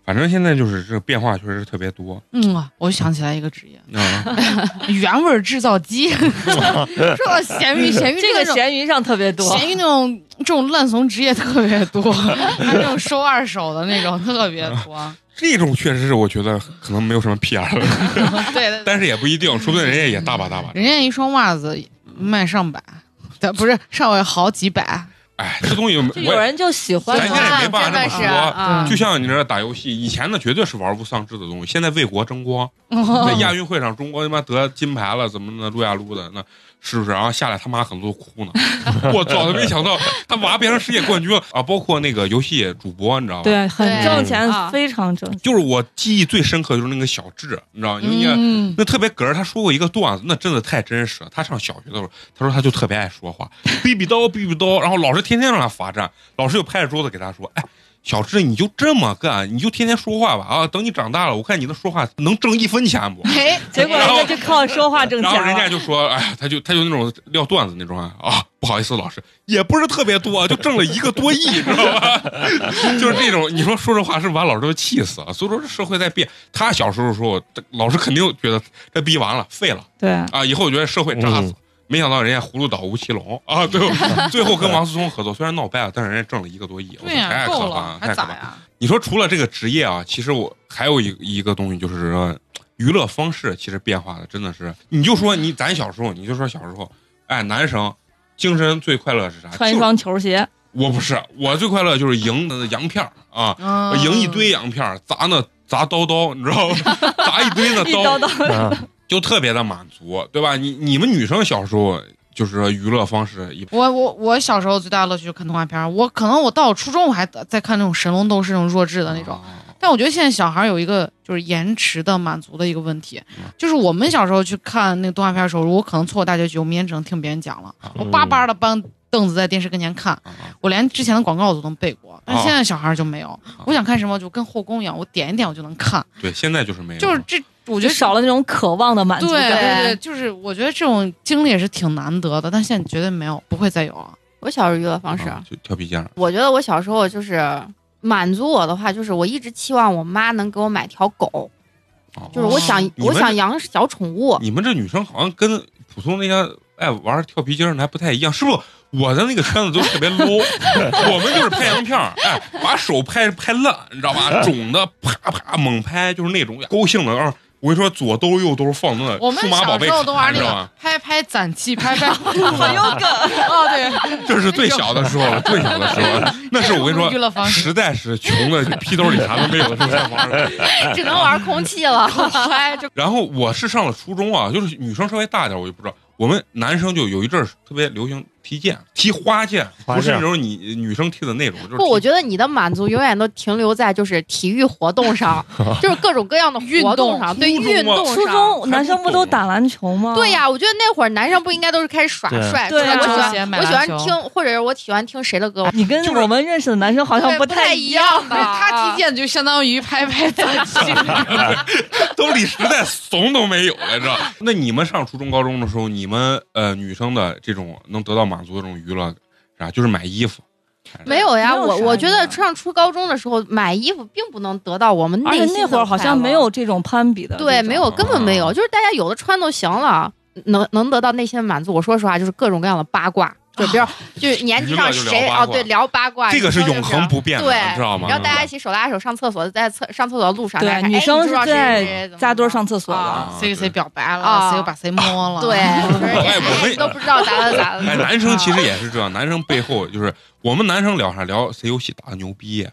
反正现在就是这个变化确实特别 多。
啊
嗯，我就想起来一个职业，
啊，
原味儿制 造机。说到咸鱼，咸鱼
这个
个
咸鱼上特别多，
咸鱼那种 这种烂怂职业特别多，还有那种收二手的那种特别多。
这种确实是我觉得可能没有什么 PR 了，
对对对，
但是也不一定，说不定人家也大把大把。
人家一双袜子卖上百，对，不是上好几百，
哎，这东西我
就有
也
人就喜欢
咱现在也没办法这么
真的是
说
啊
就像你这打游戏，以前的绝对是玩物丧志的东西，现在为国争 光，在亚运会上中国他妈得金牌了，怎么的撸呀撸的那。是不是？然后下来他妈很多哭呢， 我操！他没想到他娃变成世界冠军了啊！包括那个游戏主播，你知道吧？
对，很
对
挣钱
啊，
非常挣钱。
就是我记忆最深刻的就是那个小智，你知道吗？因为你看
嗯，
那特别哏儿，他说过一个段子，那真的太真实了。他上小学的时候，他说他就特别爱说话，逼逼叨逼逼叨，然后老师天天让他罚站，老师就拍着桌子给他说：“哎，小智，你就这么干，你就天天说话吧啊！等你长大了，我看你的说话能挣一分钱不？”
嗯
哎，
结果人家就靠说话挣
然
钱
后人家
了。
就说：“哎呀，他就他就那种撂段子那种啊，啊不好意思，老师，也不是特别多，就挣了一个多亿，你知道吧？ 就是这种，你说说这话是不是把老师都气死了？所以说这社会在变。他小时候的时候，这老师肯定觉得这逼完了，废了
对，
啊，以后我觉得社会渣子。
嗯
没想到人家葫芦岛吴奇隆啊，最 后最后跟王思聪合作，虽然闹掰了，但是人家挣了一个多亿，我
对
操太
呀，
可
够
怕
了，
太
还
可
咋
怕了。
呀？
你说除了这个职业啊，其实我还有一一个东西就是说娱乐方式，其实变化的真的是，你就说你咱小时候，你就说小时候，哎，男生精神最快乐是啥？
穿一
就是
双球鞋，
我不是，我最快乐就是赢呃洋片儿啊，
嗯
赢一堆洋片儿，砸那砸刀刀，你知道吗？ 砸一堆那
一刀刀。
啊，
就特别的满足，对吧？你你们女生小时候就是说娱乐方式一
我我我小时候最大的乐趣就是看动画片儿，我可能我到初中我还在看那种神龙斗士那种弱智的那种，
啊
但我觉得现在小孩儿有一个就是延迟的满足的一个问题
嗯，
就是我们小时候去看那个动画片儿的时候，我可能错过大结局，我明天只能听别人讲了，我叭叭的搬凳子在电视跟前看，
啊啊
我连之前的广告我都能背过，但
哦哎
现在小孩儿就没有，我想看什么就跟后宫一样，我点一点我就能看，
对，现在就是没有，
就是这我
我
觉得
少了那种渴望的满
对
足
对
感。
对，就是我觉得这种经历也是挺难得的，但现在绝对没有，不会再有啊了。
我小时候娱乐方式，
啊就跳皮筋儿。
我觉得我小时候就是满足我的话，就是我一直期望我妈能给我买条狗，
哦
就是我想、
哦
你们
我想养小宠 物。
你们这女生好像跟普通那些爱玩跳皮筋儿的还不太一样，是不是？我的那个圈子都特别 low，我们就是拍洋片儿，哎，把手拍拍烂，你知道吧？肿的啪啪猛拍，就是那种高兴的。啊我跟你说，左兜右兜放那
我们
数码宝
小
贝
时候都
卡，
玩
你
那
知道
个
吧？
拍拍攒气，拍 拍
很有梗，
哦， 对，
这是最小的时候了，最小的时候了。那是我跟你
娱乐
说，
方式
实在是穷的屁兜里啥都没有的时候才玩的。
只能玩 空气了。哎，这
然后我是上了初中啊，就是女生稍微大点，我就不知道。我们男生就有一阵儿特别流行踢毽，踢花毽，
花毽
不是那种你女生踢的那种，就是
不，我
踢
觉得你的满足永远都停留在就是体育活动 上，就是各种各样的活动上，对
运动
运动
初
上。
中男生不都打篮球吗？
对、呀，我觉得那会儿男生不应该都是开始耍
对
帅，
对啊
我喜
穿
鞋
欢
买
我喜
篮
欢
球
听，或者是我喜欢听谁的歌，
你跟
就是
我们认识的男生好像
对不
太
一
样。
样的。
他
啊
踢毽就相当于拍拍攒 气。
啊兜里实在怂都没有了，知道？那你们上初中、高中的时候，你们呃女生的这种能得到满足的这种娱乐，啥就是买衣服，
没有呀，
没有
我
啥
我觉
呀
得上初高中的时候买衣服并不能得到我们
而
内
且
心
那
的
会儿好像
快乐
没有这种攀比的这种，
对，没有，根本没有，
啊
就是大家有的穿就行了，能能得到内心的满足。我说实话，就是各种各样的八卦，就比如、就是年级上
啊娱乐就
谁
聊八卦
啊，对，聊八卦，
这个是
女生
永
就
恒不变的，
对
你知道吗？啊
然后大家一起手拉手上厕所，在厕上厕所的路上，大家
对，
看
女
哎、
生
你
是
知道谁谁谁
在
怎么
扎堆
着
上厕所了。
啊
啊
谁给谁
对
表白了，
啊
谁又把谁摸了。
对， 就是这
哎我们
哎都不知道咋的咋的。
哎，男生其实也是这样，男生背后就是我们男生聊啥？聊谁游戏打的牛逼？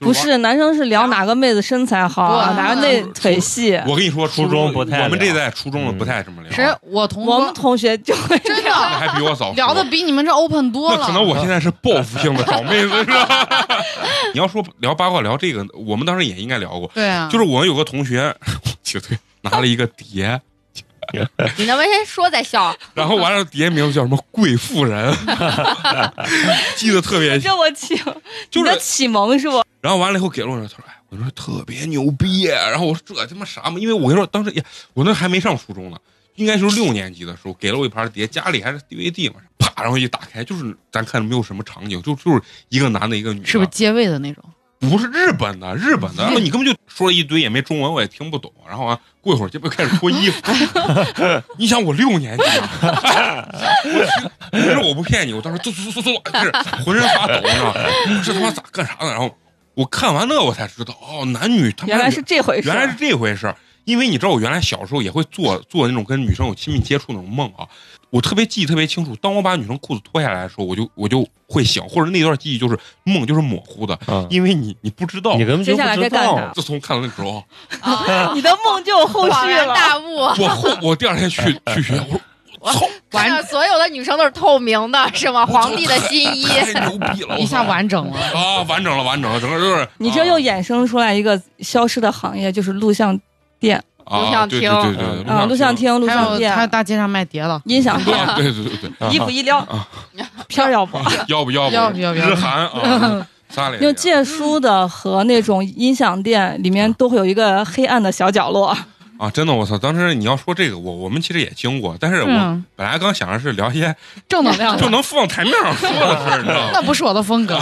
不
是。
是，男生是聊哪个妹子身材好啊，
不
哪个那腿细。
我跟你说，
初
初中
中不太
我们这
聊
代初中的
嗯
不太这么聊，
谁？我同
我们
桌
同学就会
真
你
的
还比我早熟
聊的比你们这 open 多
那可能
了。
我现在是报复性的找妹子，是吧？ 你要说聊八卦聊这个，我们当时也应该聊过，
对啊，
就是我们有个同学，绝对拿了一个碟，
你能不能先说再笑？
然后完了碟名字叫什么“贵妇人”， 记得特别清，
这我启，
就
你的
是
启蒙是不？
然后完了以后给了我，他说：“哎，我说特别牛逼。”啊然后我说：“这他妈啥嘛？”因为我跟你说，当时呀，我那还没上初中呢，应该就是六年级的时候，给了我一盘碟，家里还是 DVD 嘛，啪，然后一打开，就是咱看没有什么场景，就就是一个男的，一个女的，
是不是接位的那种？
不是日本的，日 本的，然后你根本就说了一堆，也没中文，我也听不懂。然后啊，过一会儿就开始脱衣服。 你想我六年级啊， 我听，其实我不骗你，我当时哆哆哆哆哆，就是浑身发抖，你知道吗？我这他妈咋干啥呢？然后我看完那我才知道，哦，男女他妈
原来是这回事
原
儿，
来是这回事儿。因为你知道，我原来小时候也会做做那种跟女生有亲密接触那种梦啊，我特别记忆特别清楚。当我把女生裤子脱下来的时候，我就我就会醒，或者那段记忆就是梦就是模糊的，
嗯，
因为你你不知道
你。根本就
接下来
不知
该干啥
道。
自从看了那之后，
啊，
你的梦就有后
恍
续
然
了。
大悟，
我后我第二天去去学校，我说我操，
看到所有的女生都是透明的，是吗？皇帝的新 衣，
太牛逼了！我操
一下完整了。
啊，完整了，完整了，整个就是
你这
啊
又衍生出来一个消失的行业，就是录像店
啊
录像
对
厅
对对对对，
啊，录像厅、录
还
像
有还有
店、
大街上卖碟了，
音响店，
啊，对对对对，
啊
衣服一撩
啊，
片儿要不？
要不要
要不要不要
日韩啊，仨脸
因为借书的和那种音响店里面都会有一个黑暗的小角落，
啊，真的，我操！当时你要说这个，我我们其实也经过，但是我
嗯，
本来刚想着是聊一些
正能量
就
的，
能放台面上说的事儿，你知道吗？
那不是我的风格。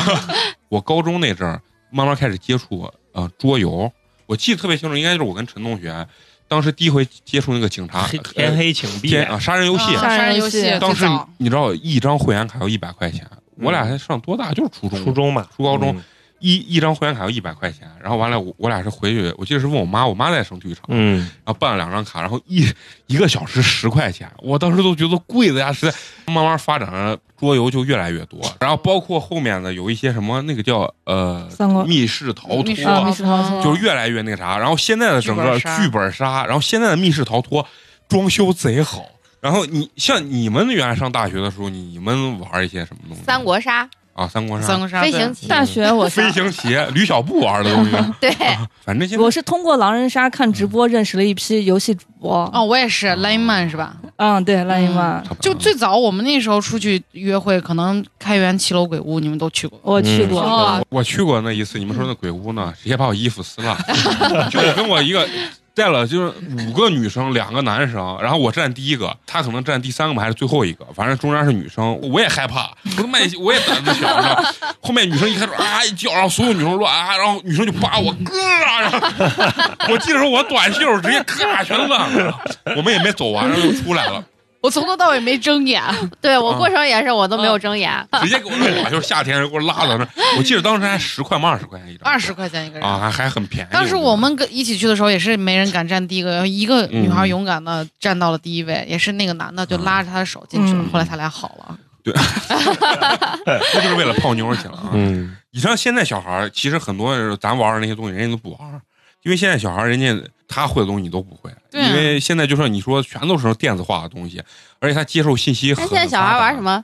我高中那阵儿慢慢开始接触呃桌游，我记得特别清楚，应该就是我跟陈同学当时第一回接触那个警察
黑天
呃
黑请闭
天，啊杀人游戏，
啊
杀
杀
人
人
游
游
戏
戏
当
最
时
早
你知道一张会员卡要一百块钱，我俩才上多大？就是初中，
嗯初中嘛，
初高中
嗯，
一一张会员卡要一百块钱，然后完了我我俩是回去，我记得是问我妈，我妈在省体育场，
嗯，
然后办了两张卡，然后一一个小时十块钱，我当时都觉得贵的呀，实在。慢慢发展了，桌游就越来越多，然后包括后面的有一些什么那个叫呃
三国
密室逃
密室
啊，
脱，
嗯密室逃脱
就是越来越那个啥，然后现在的整个
剧本杀
剧本杀，然后现在的密室逃脱装修贼好。然后你像你们原来上大学的时候，你们玩一些什么东西？
三国杀、
啊，三国
三
杀、
国杀
飞
对
行棋，
大学我
飞
上
行棋、吕小布玩的东西。啊
对，
反正现在
我是通过狼人杀看直播认识了一批游戏主播。
哦，我也是 Line Man 是吧？
嗯，对，烂一万，
差不多
就最早我们那时候出去约会，可能开元七楼鬼屋你们都去过。
我去过。啊
嗯哦
我去过那一次，你们说
嗯
那鬼屋呢，直接把我衣服撕烂， 就我跟我一个带了就是五个女生，两个男生，然后我站第一个，他可能站第三个吧，还是最后一个，反正中间是女生，我也害怕，我 他妈也我也胆子小，你知道吗，后面女生一开始啊一叫，然后所有女生乱啊，然后女生就扒我，哥、啊，然 后我记得时候我短袖直接咔全烂了，我们也没走啊完，然后就出来了，
我从头到尾没睁眼，
对我过程也是我都没有睁眼，
直接给我拉，就是夏天人给我拉到那儿，我记得当时还十块吗二十块钱一张，
二十块钱一个人。
啊还还很便宜，
当时我们跟一起去的时候，也是没人敢站第一个，然后一个女孩
嗯
勇敢的站到了第一位，也是那个男的就拉着她的手进去了
嗯。
后来他俩好了，
那就是为了泡妞去了啊！
嗯，
你像现在小孩儿，其实很多人咱玩的那些东西，人家都不玩儿，因为现在小孩儿人家他会的东西你都不会，
对啊
因为现在就说你说全都是电子化的东西，而且他接受信息
那
很。
现在小孩玩什？么？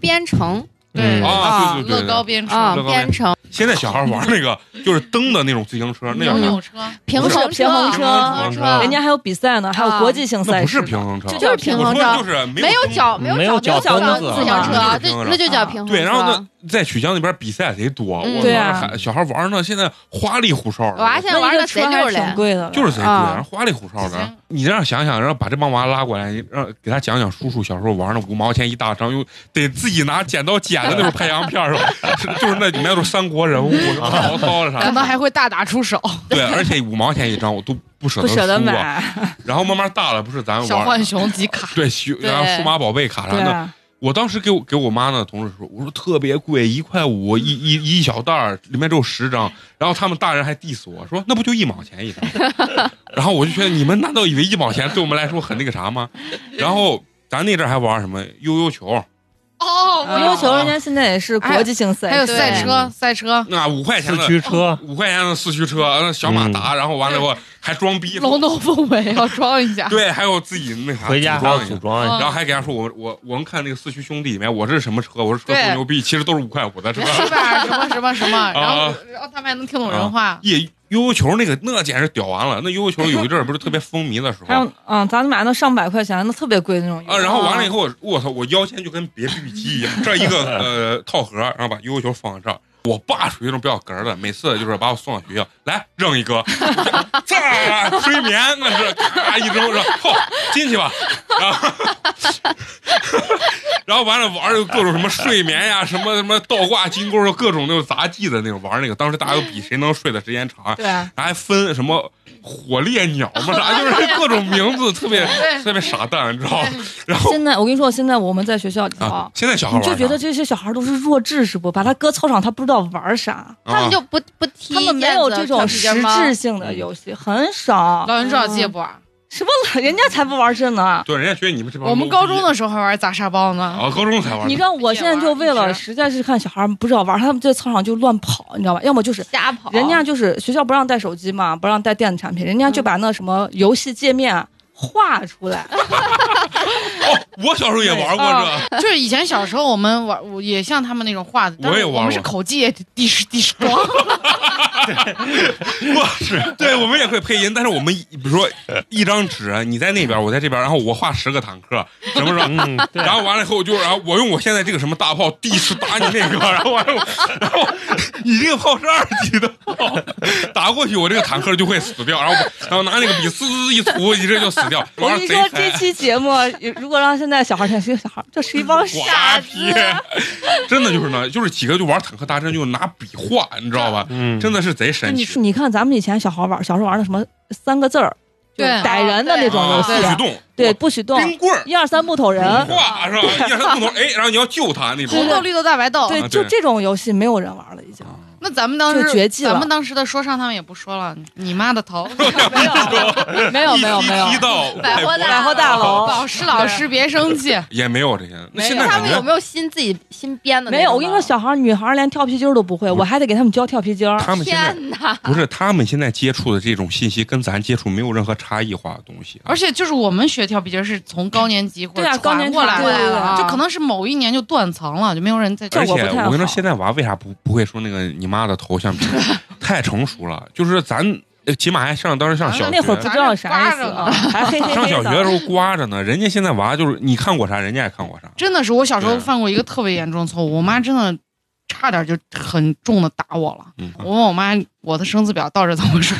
编程
对
嗯
啊，
啊
对对对，
乐
对
高嗯
啊
编车、
乐高、
编程、
现在小孩玩那个就是蹬的那种自行车，那叫
扭
啥？
嗯
扭车，
平
不是
衡
平衡
车
平衡
啊
人家还有比赛呢，还有国际性
那
赛
不是
事。
平衡车，
这
就是平衡
我说的
车
就，是
没有
蹬
脚，
没
有
有
脚，没
脚
脚
蹬
自
子
行
啊
车，
这
这那就叫平衡车。
对，然后呢，在曲江那边比赛贼多，
嗯
我
对
操，
啊
还小孩玩呢，现在花里胡哨的。
娃现在
那
玩
一个
的贼
车
溜
还挺
嘞，
贵的，
就是贼贵，
啊
然后花里胡哨的
行。
你这样想想，然后把这帮娃拉过来，让给他讲讲叔叔小时候玩那五毛钱一大张，又得自己拿剪刀剪的那种拍洋片儿，是吧？是就是那里面都是三国人物，什么曹操了
可
啥。
能还会大打出手，对
对，而且五毛钱一张，我都不舍
不舍得
输啊。
买。
然后慢慢大了，不是咱
小浣
玩。
熊集卡。
对，学然后
对
数码宝贝卡啥
对
的，
啊，
我当时给我给我妈呢，同事说，我说特别贵，一块五一一一小袋儿，里面只有十张。然后他们大人还 diss 我说，那不就一毛钱一张？ 然后我就觉得你们难道以为一毛钱对我们来说很那个啥吗？然后咱那阵儿还玩什么悠悠球，
哦，我
悠悠球人家现在也是国际性赛事，
还有
对
赛车，赛车
那五块钱
四
的
驱车，嗯
五块钱的四驱车，呃小马达，然后完了以后还装逼，
龙头凤尾要装一 下。
对，还有自己那啥
回家还要
组
组
装一下。
装一下
然后还给他说我我我们看那个四驱兄弟里面我这是什么车我是车多
对
牛逼其实都是五块五 的车，
是吧？什么什么什么，然
啊
后然后他们还能听懂人话。
也悠悠球那个那简直屌完了，那悠悠球有一阵儿不是特别风靡的时候，
还有嗯，咱买那上百块钱那特别贵的那种。
啊，然后
哦
完了以后，我我操，我腰间就跟别BB 机一样，这儿 一个呃套盒，然后把悠悠球放这儿。我爸属于那种比较哏儿的，每次就是把我送到学校，来扔一个， 这儿啊催眠 那是，咔一扔扔，后进去吧，然后 然后完了玩儿就各种什么睡眠呀，什么什么倒挂金钩，各种那种杂技的那种玩儿那个。当时大家都比谁能睡的时间长，
对啊，
还分什么火烈鸟嘛啥，就是各种名字特别特别傻蛋，你知道吗？然后
现在我跟你说，现在我们在学校里头，
啊，现在小孩
哦
玩
你就
儿
觉得
啥
这些小孩都是弱智，是不？把他搁操场，他不知道玩啥，
他们
啊
就不不踢
他们没有这种实质
质。
性的游戏，很少。
老人知道自己也
嗯
不玩儿。
什么老人家才不玩这呢？
对人家觉得你们这帮
我们高中
的
的时候还玩砸沙包呢。
啊，高中才玩儿
你知道我现在就为
一
了，
直
实在是看小孩不知道玩，他们在操场就乱跑，你知道吧？要么就是
瞎跑，
人家就是学校不让带手机嘛，不让带电子产品，人家就
嗯
把那什么游戏界面画 出来，
哦，我小时候也玩过这，
就是以前小时候我们玩，我也像他们那种画的，但
我也
是
玩
我们是
过
口技，滴是滴是装。
我是对我们也会配音，但是我们比如说一张纸，你在那边，我在这边，然后我画十个坦克，什么什么。
嗯，
哦
对
然后完了以后，就然后我用我现在这个什么大炮地是打你那个， 然后完了我，然后你这个炮是二级的炮，打过去我这个坦克就会死掉，然后我然后拿那个笔嘶嘶一涂，一这就死掉。
我
完
跟
了
你
贼哎
说，
嗨
这期 节目如果让现在小孩听，这些小孩这是一帮傻
瓜
子。
皮，哎真的就是呢，就是几个就玩坦克大战，就是拿笔画，你知道吧？
嗯，
真的是贼神
你
奇。
说，你看咱们以前小孩玩，小时候玩的什么三个字儿，
对
就是逮人的那种游
啊，
戏
不
对，
许动，
对，不许动，
冰棍儿，
一二三木头人，
画是吧？ 一二三木头，哎，然后你要救他那
红
种。
豆绿豆大白豆。
对
啊，
就
对啊
这种游戏没有人玩了，已经。
那咱们当时
就绝技了
咱们当时的说唱他们也不说了，你妈的 头！
没有
一
没有
提
没有
提，到
百货大
百货大楼
老师老师别生气，
也没有这些。那
没有
现在
他
感
们有
觉
没有新自己新编的那种呢？
没有。我跟你说，小孩女孩连跳皮筋儿都不会，我还得给他们教跳皮筋儿。
嗯他们现在
天哪！
不是他们现在接触的这种信息，跟咱接触没有任何差异化的东西啊。
而且就是我们学跳皮筋儿是从高年级或
对
者
啊，高年
传
级
过来
对
的，
对对
啊
就可能是某一年就断层了，就没有人再。
这
而
我
且
不太
我跟你说，
好
现在娃为啥不不会说那个你妈的头像比？太成熟了，就是咱呃起码还上当时上小
咱
学，
那会儿不知道啥意思啊，还黑黑
上小
黑
学的时
的。
候刮着呢，人家现在娃就是你看过啥，人家也看过啥。
真的是我小时候
对
犯过一个特别严重的错误，我妈真的差点就很重的打我了。
嗯，
我问我妈我的生字表到底怎 么说，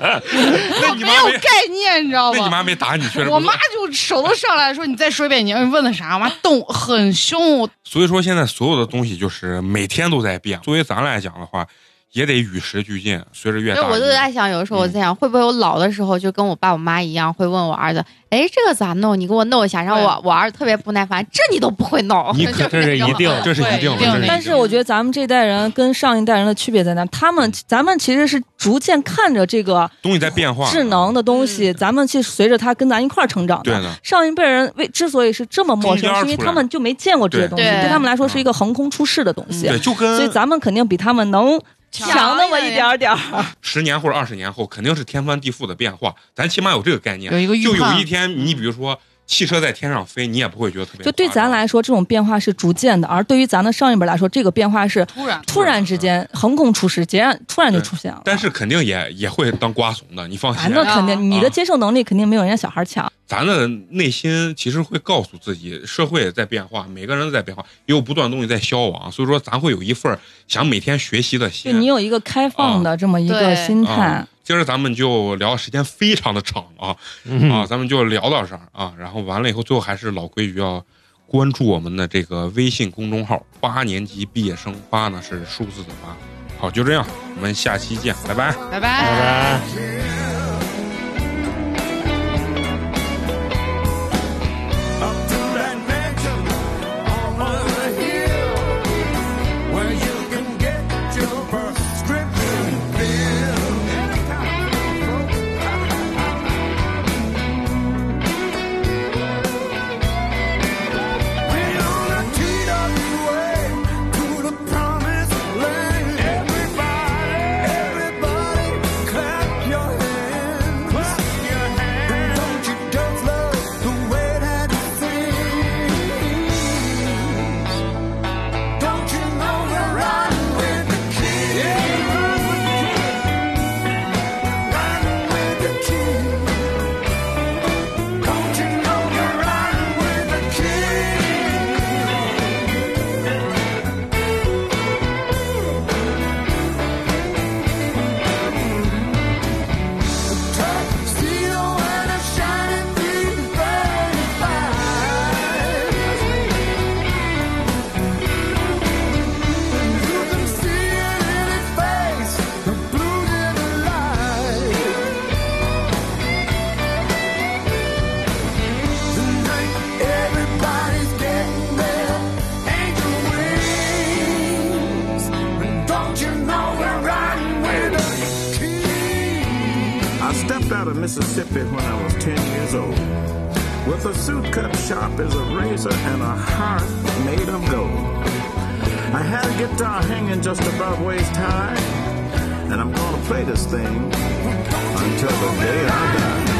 那你
没
妈
有
没，
概念，你知道
那你
吧？
妈没打你，确实。
我妈就手都上来说：“你再说一遍，你问的啥？”我妈动很凶，我
所以说现在所有的东西就是每天都在变。作为咱来讲的话，也得与时俱进，随着越
所以
大
我就
越。嗯
在想，有的时候我在想，会不会我老的时候就跟我爸我妈一样，会问我儿子，哎，这个咋弄？你给我弄一下。然后我我儿子特别不耐烦，这你都不会弄，
你
就是
可
这是
那种
一 定
这是一定的，
对
这
一定的
是一
但
定
是
的
我觉得咱们这代人跟上一代人的区别在哪？他
嗯
们咱们其实是逐渐看着这个
东西在变化，
智能的东西，咱们去随着它跟咱一块儿成长
嗯对
的。
的，
上一辈人为之所以是这么陌
中
生
间，儿
是因
出
为
来
他们就没见过这些
对
东西，
对
对他们来说是一个横空出世的东西
对，，就
所以
跟
咱们肯定比他们能强那么一点儿点儿。
十年或者二十年后，肯定是天翻地覆的变化，咱起码有这个概念
有。一个预
就有
判
一。天，你比如说汽车在天上飞，你也不会觉得特别。
就对咱，来说，这种变化是逐渐的，而对于咱的上一辈来说，这个变化是
突然，
突然之间横空出世，截然突然就出现了。
但是肯定也也会当瓜怂的，你放
啊，
心。
那
啊
肯定，你的接受能力肯定没有人家小孩强。
咱的内心其实会告诉自己，社会在变化，每个人都在变化，也有不断的东西在消亡，所以说咱会有一份儿想每天学习的
就你
心。
有一个开放的这么一个
对
心态
啊，，今儿咱们就聊，时间非常的长啊啊，
嗯
咱们就聊到这儿啊，然后完了以后，最后还是老规矩要。关注我们的这个微信公众号“八年级毕业生”，八呢是数字的八。好，就这样，我们下期见，拜拜。
拜
拜
拜
拜。
up to that mansion on the hill where you can get your prescription filled. We're on a teeter way to the promised land. Everybody, everybody, clap your hands. of Mississippi when I was 10 years old. With a suit cut sharp as a razor and a heart made of gold. I had a guitar hanging just above waist high, and I'm gonna play this thing until the day I die.